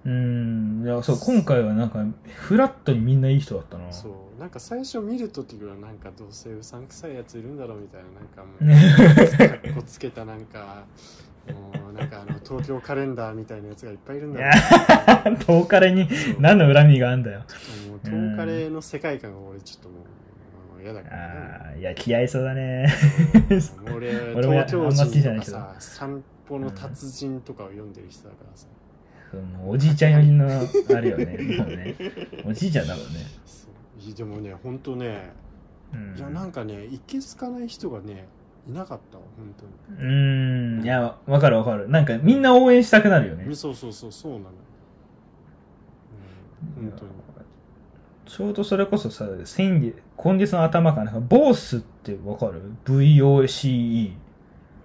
[SPEAKER 1] うーん、いや、そう、今回はなんか、フラットにみんないい人だったな。
[SPEAKER 2] なそうなんか最初見る時はなんかどうせうさんくさいやついるんだろうみたいななんかもう、
[SPEAKER 1] ね
[SPEAKER 2] かっこつけたなんかもうなんかあの東京カレンダーみたいなやつがいっぱいいるんだろうなと思って
[SPEAKER 1] 遠かれに
[SPEAKER 2] そう
[SPEAKER 1] 何の恨みがあんだよ。
[SPEAKER 2] もう東カレの世界観が俺ちょっともう嫌だからね
[SPEAKER 1] ああ、いや、気合いそうだね。
[SPEAKER 2] もう俺
[SPEAKER 1] 俺も
[SPEAKER 2] 東京
[SPEAKER 1] あんま好きじゃな
[SPEAKER 2] 人
[SPEAKER 1] い
[SPEAKER 2] とか
[SPEAKER 1] けど
[SPEAKER 2] さ散歩の達人とかを読んでる人だからさ、
[SPEAKER 1] もうおじいちゃん寄りの、あ るよね。もうね。おじいちゃんだもんね。
[SPEAKER 2] そうでもねほんとね、
[SPEAKER 1] うん。
[SPEAKER 2] いやなんかねいけすかない人がねいなかったわほんと
[SPEAKER 1] うーん、いや、わかるわかる。なんか、みんな応援したくなるよ
[SPEAKER 2] に
[SPEAKER 1] ね。
[SPEAKER 2] そうそうそうそうなのうん本当に
[SPEAKER 1] ちょうどそれこそさ、先月、今月の頭かな。ボースってわかる ?VOCE。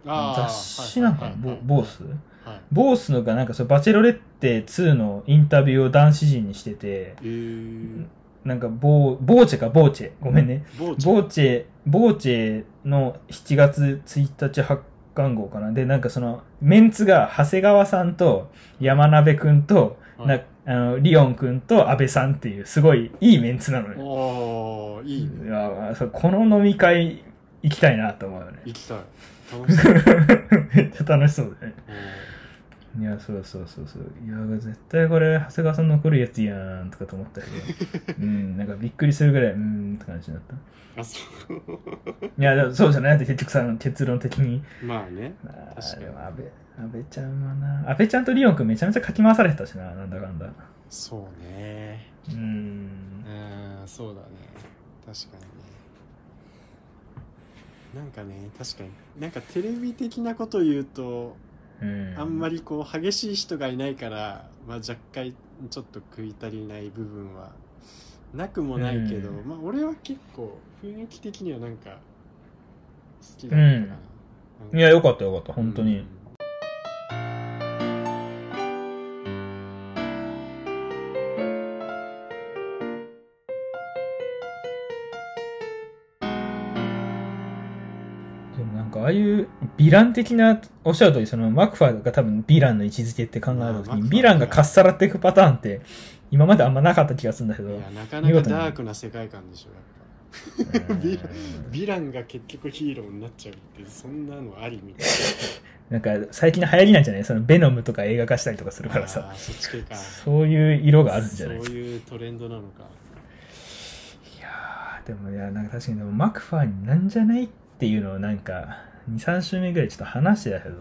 [SPEAKER 1] 雑誌なんかな、ボボース
[SPEAKER 2] はい
[SPEAKER 1] ボースのがなんかそのバチェロレッテ2のインタビューを男子陣にしてて、
[SPEAKER 2] えー、
[SPEAKER 1] なんかボー、ボーチェか、ボーチェ。ごめんね。
[SPEAKER 2] ボーチ
[SPEAKER 1] ボーチェ、ボーチェの7月1日発刊号かな。で、なんかその、メンツが長谷川さんと山鍋くんと、
[SPEAKER 2] は、
[SPEAKER 1] ないあの、リオンくんと安倍さんっていう、すごいいいメンツなのよ。
[SPEAKER 2] おーいいね
[SPEAKER 1] いやそうこの飲み会行きたいなと思うよね。
[SPEAKER 2] 行きたい楽しそう、
[SPEAKER 1] めっちゃ楽しそうだね。
[SPEAKER 2] うん
[SPEAKER 1] いや、そうそうそうそう。いや、絶対これ、長谷川さん残るやつやんとかと思ったけ ど、うん、なんかびっくりするぐらい、うーんって感じになった。い
[SPEAKER 2] あそう
[SPEAKER 1] や、でもそうじゃないって結局さ、結論的に。
[SPEAKER 2] まあね
[SPEAKER 1] あ
[SPEAKER 2] 確か
[SPEAKER 1] ー
[SPEAKER 2] に
[SPEAKER 1] でも安倍、安倍ちゃんはな、安倍ちゃんとリオン君めちゃめちゃかき回されてたしな、なんだかんだ。う
[SPEAKER 2] そうね
[SPEAKER 1] ーん。
[SPEAKER 2] うんそうだね確かにねなんかね確かになんかテレビ的なこと言うと
[SPEAKER 1] うん、
[SPEAKER 2] あんまりこう激しい人がいないから、まあ、若干ちょっと食い足りない部分はなくもないけど、
[SPEAKER 1] うん
[SPEAKER 2] まあ俺は結構雰囲気的にはなんか好きだったかな、
[SPEAKER 1] いや、よかったよかった、本当に。
[SPEAKER 2] うん
[SPEAKER 1] でもなんか、ああいう、ヴィラン的な、おっしゃる通り、その、マクファーが多分ヴィランの位置づけって考え
[SPEAKER 2] まあ
[SPEAKER 1] る
[SPEAKER 2] マ
[SPEAKER 1] と
[SPEAKER 2] ク
[SPEAKER 1] き
[SPEAKER 2] ファー
[SPEAKER 1] に、ヴィランがかっさらっていくパターンって、今まであんまなかった気がするんだけど。
[SPEAKER 2] いやなかなかダークな世界観でしょやっぱビヴィランが結局ヒーローになっちゃうってそんなのありみたい
[SPEAKER 1] なんか最近流行りなんじゃないそのベノムとか映画化したりとかする
[SPEAKER 2] な
[SPEAKER 1] からさ
[SPEAKER 2] あーそっち系か
[SPEAKER 1] そういう色があるんじゃないい
[SPEAKER 2] そういうトレンドなのか
[SPEAKER 1] やーでもいやなんか確かにでもマクファーになんじゃないっていうのをなんか23週目ぐらいちょっと話してたけど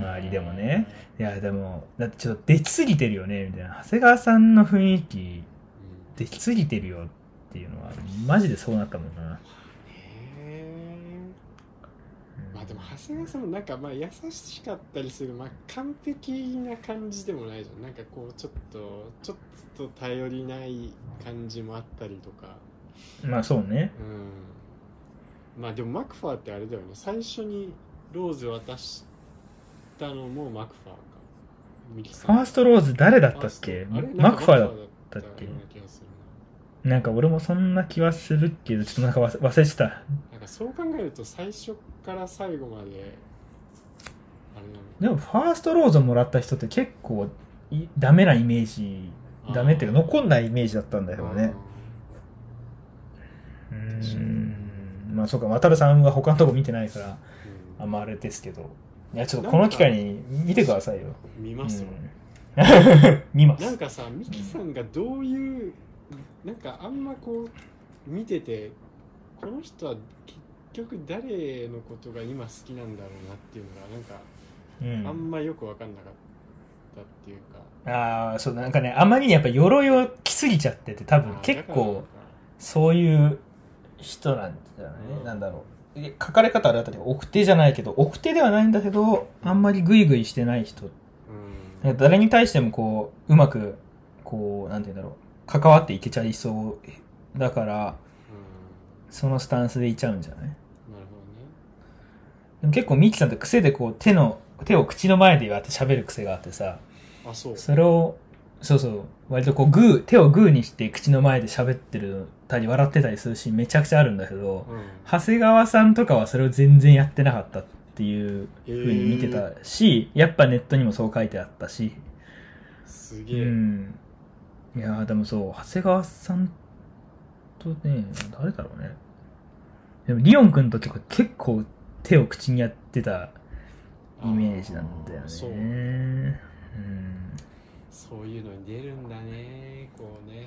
[SPEAKER 1] 周りでもねいやでもだってちょっと出来すぎてるよねみたいな長谷川さんの雰囲気
[SPEAKER 2] う
[SPEAKER 1] 出
[SPEAKER 2] ん
[SPEAKER 1] 来すぎてるよっていうのはマジでそうなったもんな、
[SPEAKER 2] へ
[SPEAKER 1] うん
[SPEAKER 2] ーまあでも長谷川さんもなんかまあ優しかったりするまあ完璧な感じでもないじゃんなんかこうちょっとちょっと頼りない感じもあったりとか
[SPEAKER 1] まあそうね
[SPEAKER 2] うんまあでもマクファーってあれだよね最初にローズ渡したのもマクファーかミキ
[SPEAKER 1] フ
[SPEAKER 2] さん
[SPEAKER 1] ァーストローズ誰だったっけ
[SPEAKER 2] ファーストあれ
[SPEAKER 1] マクファーだっ
[SPEAKER 2] なんかマクファーだ
[SPEAKER 1] だっけ
[SPEAKER 2] ような気がする
[SPEAKER 1] なんか俺もそんな気はするけどちょっとなんか忘忘れてた
[SPEAKER 2] ななんかそう考えると最初から最後まであれなの
[SPEAKER 1] でもファーストローズをもらった人って結構いダメなイメージ
[SPEAKER 2] あー
[SPEAKER 1] ダメっていうか残んないイメージだったんだよねうー
[SPEAKER 2] 確かに
[SPEAKER 1] んまあそうか渡るさんは他のとこ見てないから
[SPEAKER 2] う
[SPEAKER 1] あ
[SPEAKER 2] ん
[SPEAKER 1] んまあれですけどいやちょっとこの機会に見てくださいよ、
[SPEAKER 2] 見
[SPEAKER 1] う
[SPEAKER 2] ますよ、
[SPEAKER 1] ん、見ま
[SPEAKER 2] なん
[SPEAKER 1] す
[SPEAKER 2] かさミキさんがどういうなんかあんまこう見ててこの人は結局誰のことが今好きなんだろうなっていうのがなんか
[SPEAKER 1] うん
[SPEAKER 2] あんまよく分かんなかったっていうか、
[SPEAKER 1] ああそうなんかねあまりにやっぱ鎧を着すぎちゃってて多分
[SPEAKER 2] あー
[SPEAKER 1] 結
[SPEAKER 2] だからなん
[SPEAKER 1] 構
[SPEAKER 2] か
[SPEAKER 1] そういう人なんじゃない、
[SPEAKER 2] うん
[SPEAKER 1] なんだろうえ書かれ方あれだったけど奥手じゃないけど奥手ではないんだけどあんまりグイグイしてない人
[SPEAKER 2] うん
[SPEAKER 1] 誰に対してもこううまくこうなんて言うんだろう関わっていけちゃいそうだから
[SPEAKER 2] う
[SPEAKER 1] そのスタンスでいちゃうんじゃない
[SPEAKER 2] んなるほ
[SPEAKER 1] でも結構ミキさんって癖でこう手の手を口の前で割って喋る癖があってさ
[SPEAKER 2] どねあそう
[SPEAKER 1] それをそうそう割とこうグー手をグーにして口の前で喋ってるたり笑ってたりするシーンめちゃくちゃあるんだけど、
[SPEAKER 2] うん
[SPEAKER 1] 長谷川さんとかはそれを全然やってなかったっていう
[SPEAKER 2] え
[SPEAKER 1] ふうに見て
[SPEAKER 2] ー
[SPEAKER 1] たし、やっぱネットにもそう書いてあったし、
[SPEAKER 2] す
[SPEAKER 1] う
[SPEAKER 2] げえ、
[SPEAKER 1] ん。いやーでもそう、長谷川さんとね、誰だろうね。でも、リオン君とか結構手を口にやってたイメージなんだよ
[SPEAKER 2] あー
[SPEAKER 1] ね。
[SPEAKER 2] そう
[SPEAKER 1] うん。
[SPEAKER 2] そういうのに出るんだねこうね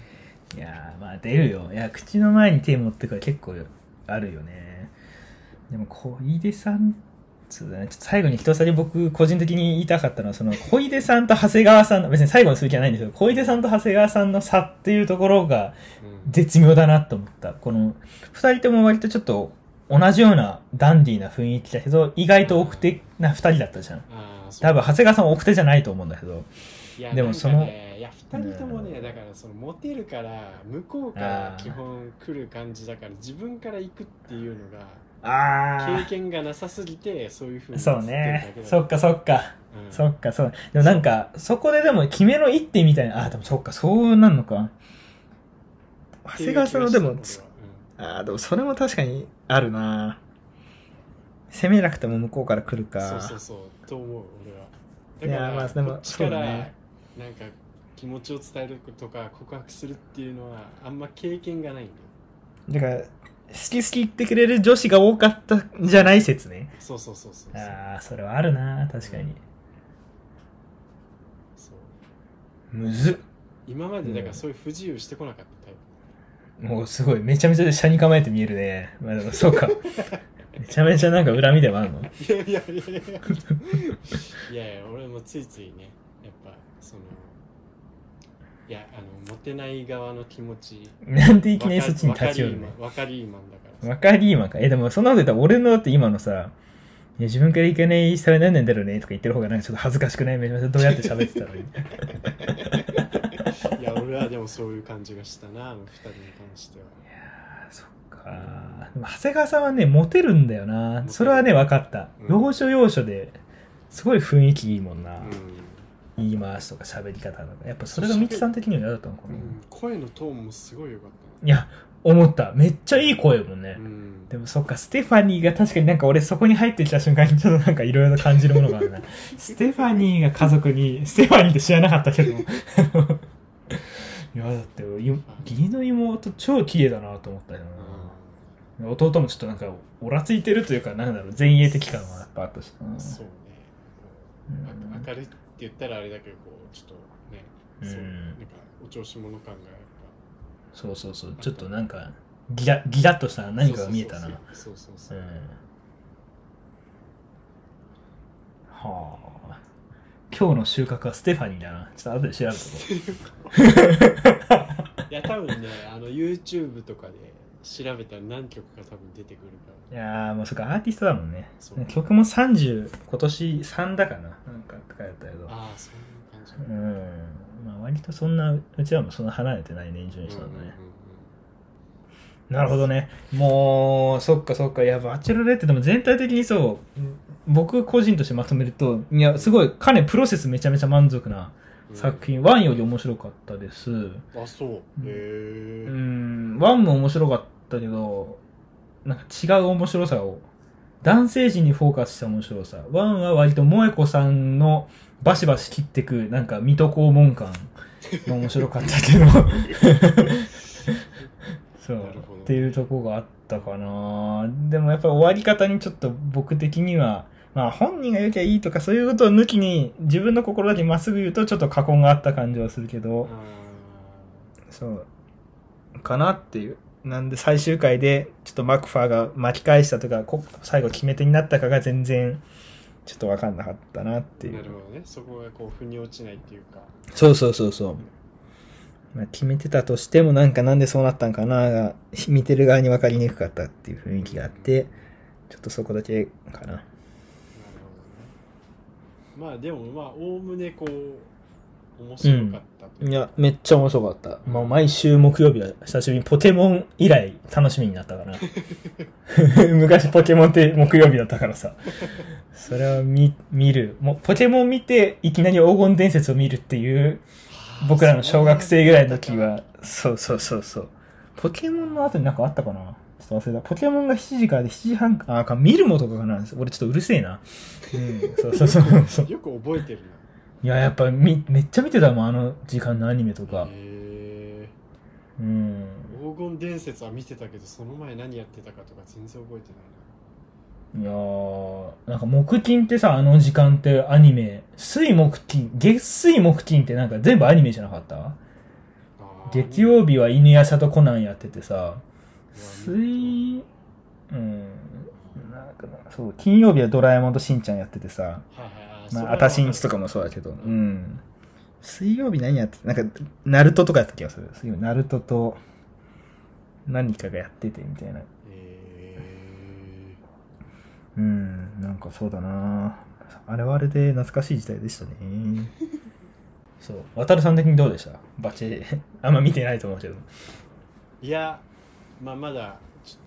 [SPEAKER 1] いやーまあ出るよいや口の前に手持ってくから結構あるよねでも小出さんそうだねちょっと最後に一さり僕個人的に言いたかったのはその小出さんと長谷川さんの別に最後の数気はないんですけど小出さんと長谷川さんの差っていうところが
[SPEAKER 2] うん
[SPEAKER 1] 絶妙だなと思ったこの二人とも割とちょっと同じようなダンディーな雰囲気だけど意外と奥手な二人だったじゃん
[SPEAKER 2] あーそう
[SPEAKER 1] 多分長谷川さんは奥手じゃないと思うんだけど
[SPEAKER 2] いや
[SPEAKER 1] でも
[SPEAKER 2] なんか
[SPEAKER 1] その
[SPEAKER 2] ねいや2人ともねだからそのモテるから向こうから基本来る感じだから自分から行くっていうのが
[SPEAKER 1] あ
[SPEAKER 2] 経験がなさすぎてそういうふうに
[SPEAKER 1] そう
[SPEAKER 2] 映っ
[SPEAKER 1] ね
[SPEAKER 2] てるだけだ
[SPEAKER 1] そっかそっか
[SPEAKER 2] うん
[SPEAKER 1] そっか、そう。でもなんか、そこででも、決めの一手みたいな、あ、でもそっか、そうなんのか。長谷川さんの、でも、
[SPEAKER 2] っていう気がした
[SPEAKER 1] あーでもそれも確かにあるな攻めなくても向こうから来る
[SPEAKER 2] 俺
[SPEAKER 1] か。
[SPEAKER 2] はうんそうそうそうと思う
[SPEAKER 1] い
[SPEAKER 2] 俺はだか
[SPEAKER 1] や
[SPEAKER 2] ら
[SPEAKER 1] まあでも
[SPEAKER 2] こっちから
[SPEAKER 1] そうだ
[SPEAKER 2] なん
[SPEAKER 1] ね
[SPEAKER 2] か気持ちを伝えるとか告白するっていうのはあんま経験がないんだよ
[SPEAKER 1] だから、好き好き言ってくれる女子が多かったんじゃない説ね。
[SPEAKER 2] そうそうそうそうそう
[SPEAKER 1] ああ、それはあるな確かに。
[SPEAKER 2] そう
[SPEAKER 1] むずっ。
[SPEAKER 2] 今までだからそういう不自由してこなかったタイプ
[SPEAKER 1] もうすごい、めちゃめちゃ車に構えて見えるね。まあでも、そう か。めちゃめちゃなんか恨みでもあるの
[SPEAKER 2] いやいやいやいやいやいや俺もついついねやっぱそのいやあのモテない側の気持ち
[SPEAKER 1] なんでいきなりそっちに立ち寄るの
[SPEAKER 2] わかりーマンだから
[SPEAKER 1] わかりーまか。え、でもそんなこと言ったら俺のだって今のさ、いや自分から行けないされ何年だろうねとか言ってる方がなんかちょっと恥ずかしくないめちゃめちゃどうやって喋ってた のに。
[SPEAKER 2] いや俺はでもそういう感じがしたなあの二人に関しては
[SPEAKER 1] そっか。でも長谷川さんはね、モテるんだよな。それはね、分かった。
[SPEAKER 2] うん
[SPEAKER 1] 要所要所で、すごい雰囲気いいもんな。
[SPEAKER 2] う
[SPEAKER 1] 言い回しとか喋り方とか。やっぱそれがミキさん的には嫌だったのか
[SPEAKER 2] ん、
[SPEAKER 1] な。
[SPEAKER 2] うん声のトーンもすごい良かった
[SPEAKER 1] いや、思った。めっちゃいい声もんね
[SPEAKER 2] な。うん
[SPEAKER 1] でもそっか、ステファニーが確かになんか俺そこに入ってきた瞬間にちょっとなんかいろいろ感じるものがある な。ステファニーが家族に、ステファニーって知らなかったけど。 いや、だって、い義理の妹超綺麗だなと思ったよな。
[SPEAKER 2] うん
[SPEAKER 1] 弟もちょっとなんか、おらついてるというか、なんだろう、前衛的感はやっぱあったし。うん
[SPEAKER 2] そうね、
[SPEAKER 1] う
[SPEAKER 2] うんあ
[SPEAKER 1] ん
[SPEAKER 2] 明るいって言ったらあれだけどこうちょっとねそううんなんかお調子者感がやっ
[SPEAKER 1] そうそうそう。ちょっとなんか、ギラ、ギラっとした
[SPEAKER 2] ぱ
[SPEAKER 1] 何かが見えたな。う
[SPEAKER 2] そうそうそうそうそう
[SPEAKER 1] ん
[SPEAKER 2] そう、。
[SPEAKER 1] はあ。今日の収穫はステファニーだな。ちょっと後で調べとこ
[SPEAKER 2] いや多分ね あの YouTube とかで調べたら何曲か多分出てくるから
[SPEAKER 1] う。いやー、もうそっか、アーティストだもんね。
[SPEAKER 2] そう
[SPEAKER 1] 曲も30、今年3だかな。なんかって書いてあったけど。
[SPEAKER 2] ああそんな感
[SPEAKER 1] う
[SPEAKER 2] じ
[SPEAKER 1] ん。まあ割とそんな、うちらもそんな離れてない年順にしたんだね。なるほどね。もう、そっかそっか。いや、バチェロレッテでも全体的にそう、僕個人としてまとめると、いや、すごい、かねプロセスめちゃめちゃ満足な作品。ワンより面白かったです。う
[SPEAKER 2] 品あそうへ
[SPEAKER 1] うん
[SPEAKER 2] え
[SPEAKER 1] ん、ワンも面白かったけど、なんか違う面白さを、男性陣にフォーカスした面白さ。ワンは割と萌子さんのバシバシ切ってく、なんか水戸黄門感が面白かったけ ど。そう
[SPEAKER 2] なるほど
[SPEAKER 1] っていうとこがあったかなでもやっぱり終わり方にちょっと僕的にはまあ本人が言うきゃいいとかそういうことを抜きに自分の心だけまっすぐ言うとちょっと過言があった感じはするけどそうかなっていうなんで最終回でちょっとマクファーが巻き返したとかこ最後決め手になったかが全然ちょっと分かんなかったなっていう
[SPEAKER 2] なるほどねそこがこう腑に落ちないっていうか
[SPEAKER 1] そうそうそうそう。まあ、決めてたとしてもなんかなんでそうなったんかなが、見てる側に分かりにくかったっていう雰囲気があって、ちょっとそこだけかな。
[SPEAKER 2] なるほどねまあでもまあおおむねこう面白かったという
[SPEAKER 1] い
[SPEAKER 2] か
[SPEAKER 1] や、めっちゃ面白かった。まあ、毎週木曜日は久しぶりにポケモン以来楽しみになったから。 昔ポケモンって木曜日だったからさ。それを見、見る。もうポケモン見て、いきなり黄金伝説を見るっていう僕らの小学生ぐらいの時は、そうそうそうそう。ポケモンの後になんかあったかなちょっと忘れた。ポケモンが7時からで7時半か、あか、見るもとかかな俺ちょっとうるせえな。うん、そうそうそうそう。
[SPEAKER 2] よく覚えてる
[SPEAKER 1] いや、やっぱみ、めっちゃ見てたもん、あの時間のアニメと
[SPEAKER 2] な
[SPEAKER 1] か
[SPEAKER 2] へ。え
[SPEAKER 1] うん。
[SPEAKER 2] 黄金伝説は見てたけどその前何やってたかとか全然覚えてない
[SPEAKER 1] いやー、なんか木金ってさ、あの時間ってアニメ、水木金、月水木金ってなんか全部アニメじゃなかった
[SPEAKER 2] なあー
[SPEAKER 1] 月曜日は犬やさとコナンやっててさ、
[SPEAKER 2] うわ
[SPEAKER 1] 水、うん、なんかなそう、金曜日はドラえもんとしんちゃんやっててさ、
[SPEAKER 2] はいはい
[SPEAKER 1] ま
[SPEAKER 2] い
[SPEAKER 1] あ、あたしんちと
[SPEAKER 2] か
[SPEAKER 1] かもそうだけど、うん。水曜日何やって、なんか、ナルトとかやった気がする。水曜日、ナルトと、何かがやっててみたいな。
[SPEAKER 2] え
[SPEAKER 1] うん、なんかそうだなあれはあれで懐かしい時代でしたね。 そう。渡るさん的にどうでしたバチ ェ、あんま見てないと思うけど。
[SPEAKER 2] ーいやまあまだち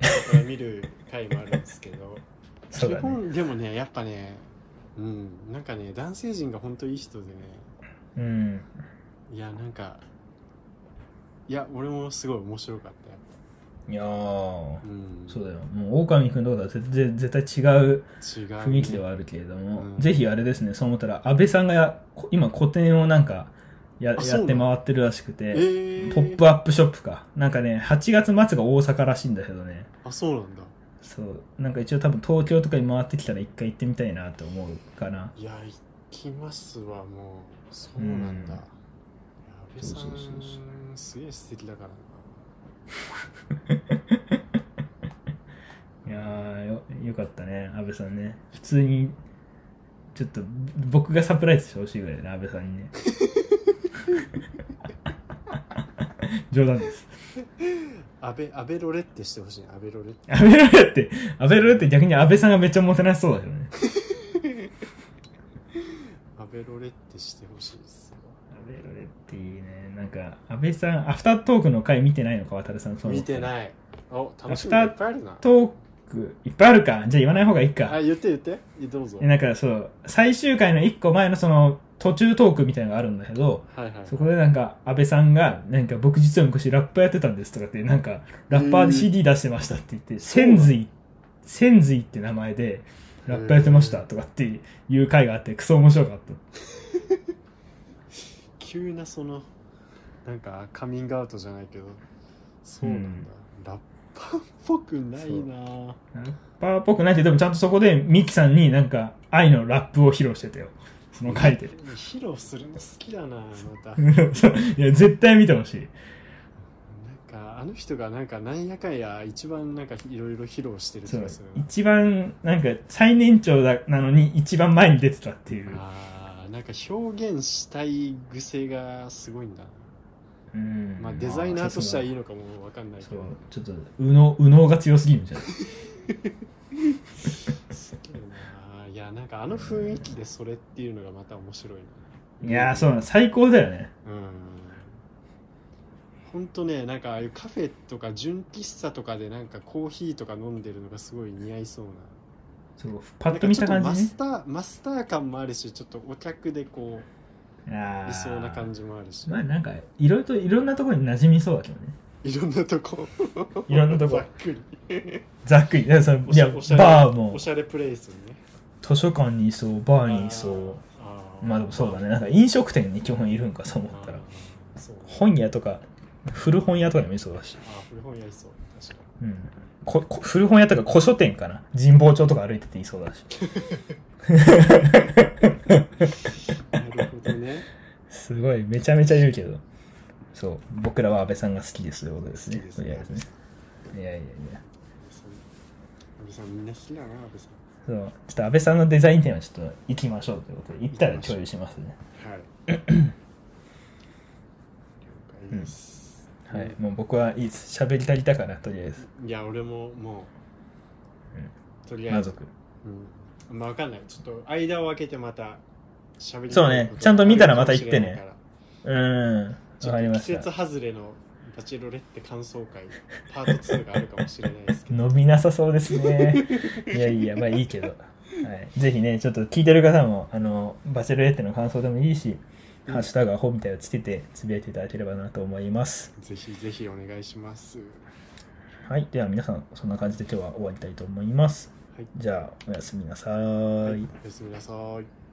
[SPEAKER 2] ょっとこれ見る回もあるんですけど
[SPEAKER 1] そうだ
[SPEAKER 2] 基
[SPEAKER 1] ね。
[SPEAKER 2] 本でもねやっぱねうんなんかね男性陣が本当いい人でね
[SPEAKER 1] うん。
[SPEAKER 2] いやなんかいや俺もすごい面白かったやっ
[SPEAKER 1] いやー。
[SPEAKER 2] ぱうん
[SPEAKER 1] そうだよ。もう、狼くんとかとは絶対絶対違う
[SPEAKER 2] 違う
[SPEAKER 1] 雰囲気ではあるけれども、
[SPEAKER 2] うん
[SPEAKER 1] ぜひあれですね、そう思ったら、安倍さんがやこ今、個展をなんかや
[SPEAKER 2] あそうな
[SPEAKER 1] や
[SPEAKER 2] の
[SPEAKER 1] って回ってるらしく
[SPEAKER 2] え
[SPEAKER 1] て、
[SPEAKER 2] ー、
[SPEAKER 1] ポップアップショップか。なんかね、8月末が大阪らしいんだけどね、
[SPEAKER 2] あそうなんだ
[SPEAKER 1] そう、なんか一応多分東京とかに回ってきたら一回行ってみたいなと思うかな。
[SPEAKER 2] いや行きますわもうそうなんだ、
[SPEAKER 1] うん
[SPEAKER 2] いや安倍さん
[SPEAKER 1] そうそうそうそ
[SPEAKER 2] すげえ素敵だからない
[SPEAKER 1] やーよ、よかったね、安倍さんね。普通に、ちょっと僕がサプライズしてほしいぐらいだね、安倍さんにね。 冗談です。
[SPEAKER 2] 安倍安倍ロレってしてほしいね安倍ロレって
[SPEAKER 1] 安倍ロレって、安倍ロレって逆に安倍さんがめっちゃモテなしそうだけどね。安
[SPEAKER 2] 安倍ロレってしてほしいです
[SPEAKER 1] 倍ロレっていいね。なんか、安倍さん、アフタートークの回見てないのか、渡さん。
[SPEAKER 2] わ見て
[SPEAKER 1] い。
[SPEAKER 2] ないお楽しみがいっぱいあるな
[SPEAKER 1] トーク、いっぱいあるか。じゃあ言わない方がいい
[SPEAKER 2] あ
[SPEAKER 1] か。
[SPEAKER 2] 言って言っていどうぞ
[SPEAKER 1] えなんかそう、最終回の一個前のその、途中トークみたいなのがあるんだけど、
[SPEAKER 2] はいはい
[SPEAKER 1] そこでなんか、安倍さんが、なんか僕実は昔ラッパーやってたんですとかって、なんか、ラッパーで CD 出してましたって言って、
[SPEAKER 2] そう
[SPEAKER 1] 千
[SPEAKER 2] なの
[SPEAKER 1] 髄、千髄って名前で、ラッパーやってましたとかっていう回があって、クソ面白かった。
[SPEAKER 2] 急なそのなんかカミングアウトじゃないけどそうなんだ、ラッパーっぽくないな
[SPEAKER 1] ラッパーっぽくないけど、でもちゃんとそこでミキさんになんか愛のラップを披露してたよ。その回で。。
[SPEAKER 2] 披露するの好きだなまた
[SPEAKER 1] そういや、絶対見てほしい。
[SPEAKER 2] なんかあの人がなんかなんやかんや一番なんかいろいろ披露してる気
[SPEAKER 1] そう
[SPEAKER 2] がするな
[SPEAKER 1] 一番、なんか最年長だなのに一番前に出てたっていう。
[SPEAKER 2] あーなんか表現したい癖がすごいんだな
[SPEAKER 1] うん
[SPEAKER 2] まあデザイナーとしては
[SPEAKER 1] ま
[SPEAKER 2] いいのかもわかんない
[SPEAKER 1] あ
[SPEAKER 2] け
[SPEAKER 1] そう
[SPEAKER 2] ど
[SPEAKER 1] ちょっと、右脳、右脳が強すぎるんじゃない
[SPEAKER 2] すげえないやなんかあの雰囲気でそれっていうのがまた面白いない
[SPEAKER 1] いやー、そうなの、最高だよね。
[SPEAKER 2] うんほんとねなんかああいうカフェとか純喫茶とかでなんかコーヒーとか飲んでるのがすごい似合いそうな
[SPEAKER 1] そう、パッと見た感
[SPEAKER 2] なん
[SPEAKER 1] じ
[SPEAKER 2] かちょ
[SPEAKER 1] ね
[SPEAKER 2] っ。とマスターマスター感もあるしちょっとお客でこ
[SPEAKER 1] あー
[SPEAKER 2] ういそうな感じもあるし
[SPEAKER 1] まあなんか、いろいろといろんなところに馴染みそうだけどね。
[SPEAKER 2] いろんなとこ
[SPEAKER 1] いろんなとこ
[SPEAKER 2] ざっくり
[SPEAKER 1] ざっくり。だからその
[SPEAKER 2] お
[SPEAKER 1] い
[SPEAKER 2] し
[SPEAKER 1] や、
[SPEAKER 2] ゃおしゃれ
[SPEAKER 1] バーも
[SPEAKER 2] お、しゃれプレイスね
[SPEAKER 1] 図書館にいそう、バーにいそう。
[SPEAKER 2] あー
[SPEAKER 1] まあでもそうだね。なんか飲食店に基本いるんか、そう思ったら
[SPEAKER 2] あ。ーそう
[SPEAKER 1] 本屋とか、古本屋とかにもいそうだし
[SPEAKER 2] あ。ー古本やりそう確かに
[SPEAKER 1] うん。ここ古本屋とか古書店かな。神保町とか歩いてていそうだし。
[SPEAKER 2] なるほどね。
[SPEAKER 1] すごい、めちゃめちゃ言うけど。そう、僕らは安倍さんが好きですということですね。
[SPEAKER 2] 好きですね
[SPEAKER 1] とりあえずね。いやいやいや。
[SPEAKER 2] 安倍さん、みんな好きだな、安倍さ
[SPEAKER 1] そう、ちょっと安倍さんのデザイン展はちょっと行きましょうということで、行ったら共有しますね。
[SPEAKER 2] ん。はい。了解です。
[SPEAKER 1] はい、もう僕はいいです。喋り足りたから、とりあえず。
[SPEAKER 2] いや、俺ももう、とりあえ
[SPEAKER 1] 満
[SPEAKER 2] ず、
[SPEAKER 1] 足。
[SPEAKER 2] うん、まあ、わかんない。ちょっと間を空けてまた喋り
[SPEAKER 1] そうねちゃんと見たらまた言ってね。うん。わ
[SPEAKER 2] ちょっ
[SPEAKER 1] かり
[SPEAKER 2] と
[SPEAKER 1] ま
[SPEAKER 2] 季
[SPEAKER 1] し
[SPEAKER 2] 節
[SPEAKER 1] た。
[SPEAKER 2] 外れのバチェロレッテ感想会、パート2があるかもしれないですけど。
[SPEAKER 1] 伸びなさそうですね。いやいや、まあいいけど。はい、ぜひね、ちょっと聞いてる方も、あの、バチェロレッテの感想でもいいし、
[SPEAKER 2] うん
[SPEAKER 1] ハッシュタグアホみたいをつけて、つぶやいていただければなと思います。
[SPEAKER 2] ぜひぜひお願いします。
[SPEAKER 1] はい、では皆さん、そんな感じで今日は終わりたいと思います。
[SPEAKER 2] はい
[SPEAKER 1] じゃあ、おやすみなさ
[SPEAKER 2] はいい、おやすみなさい。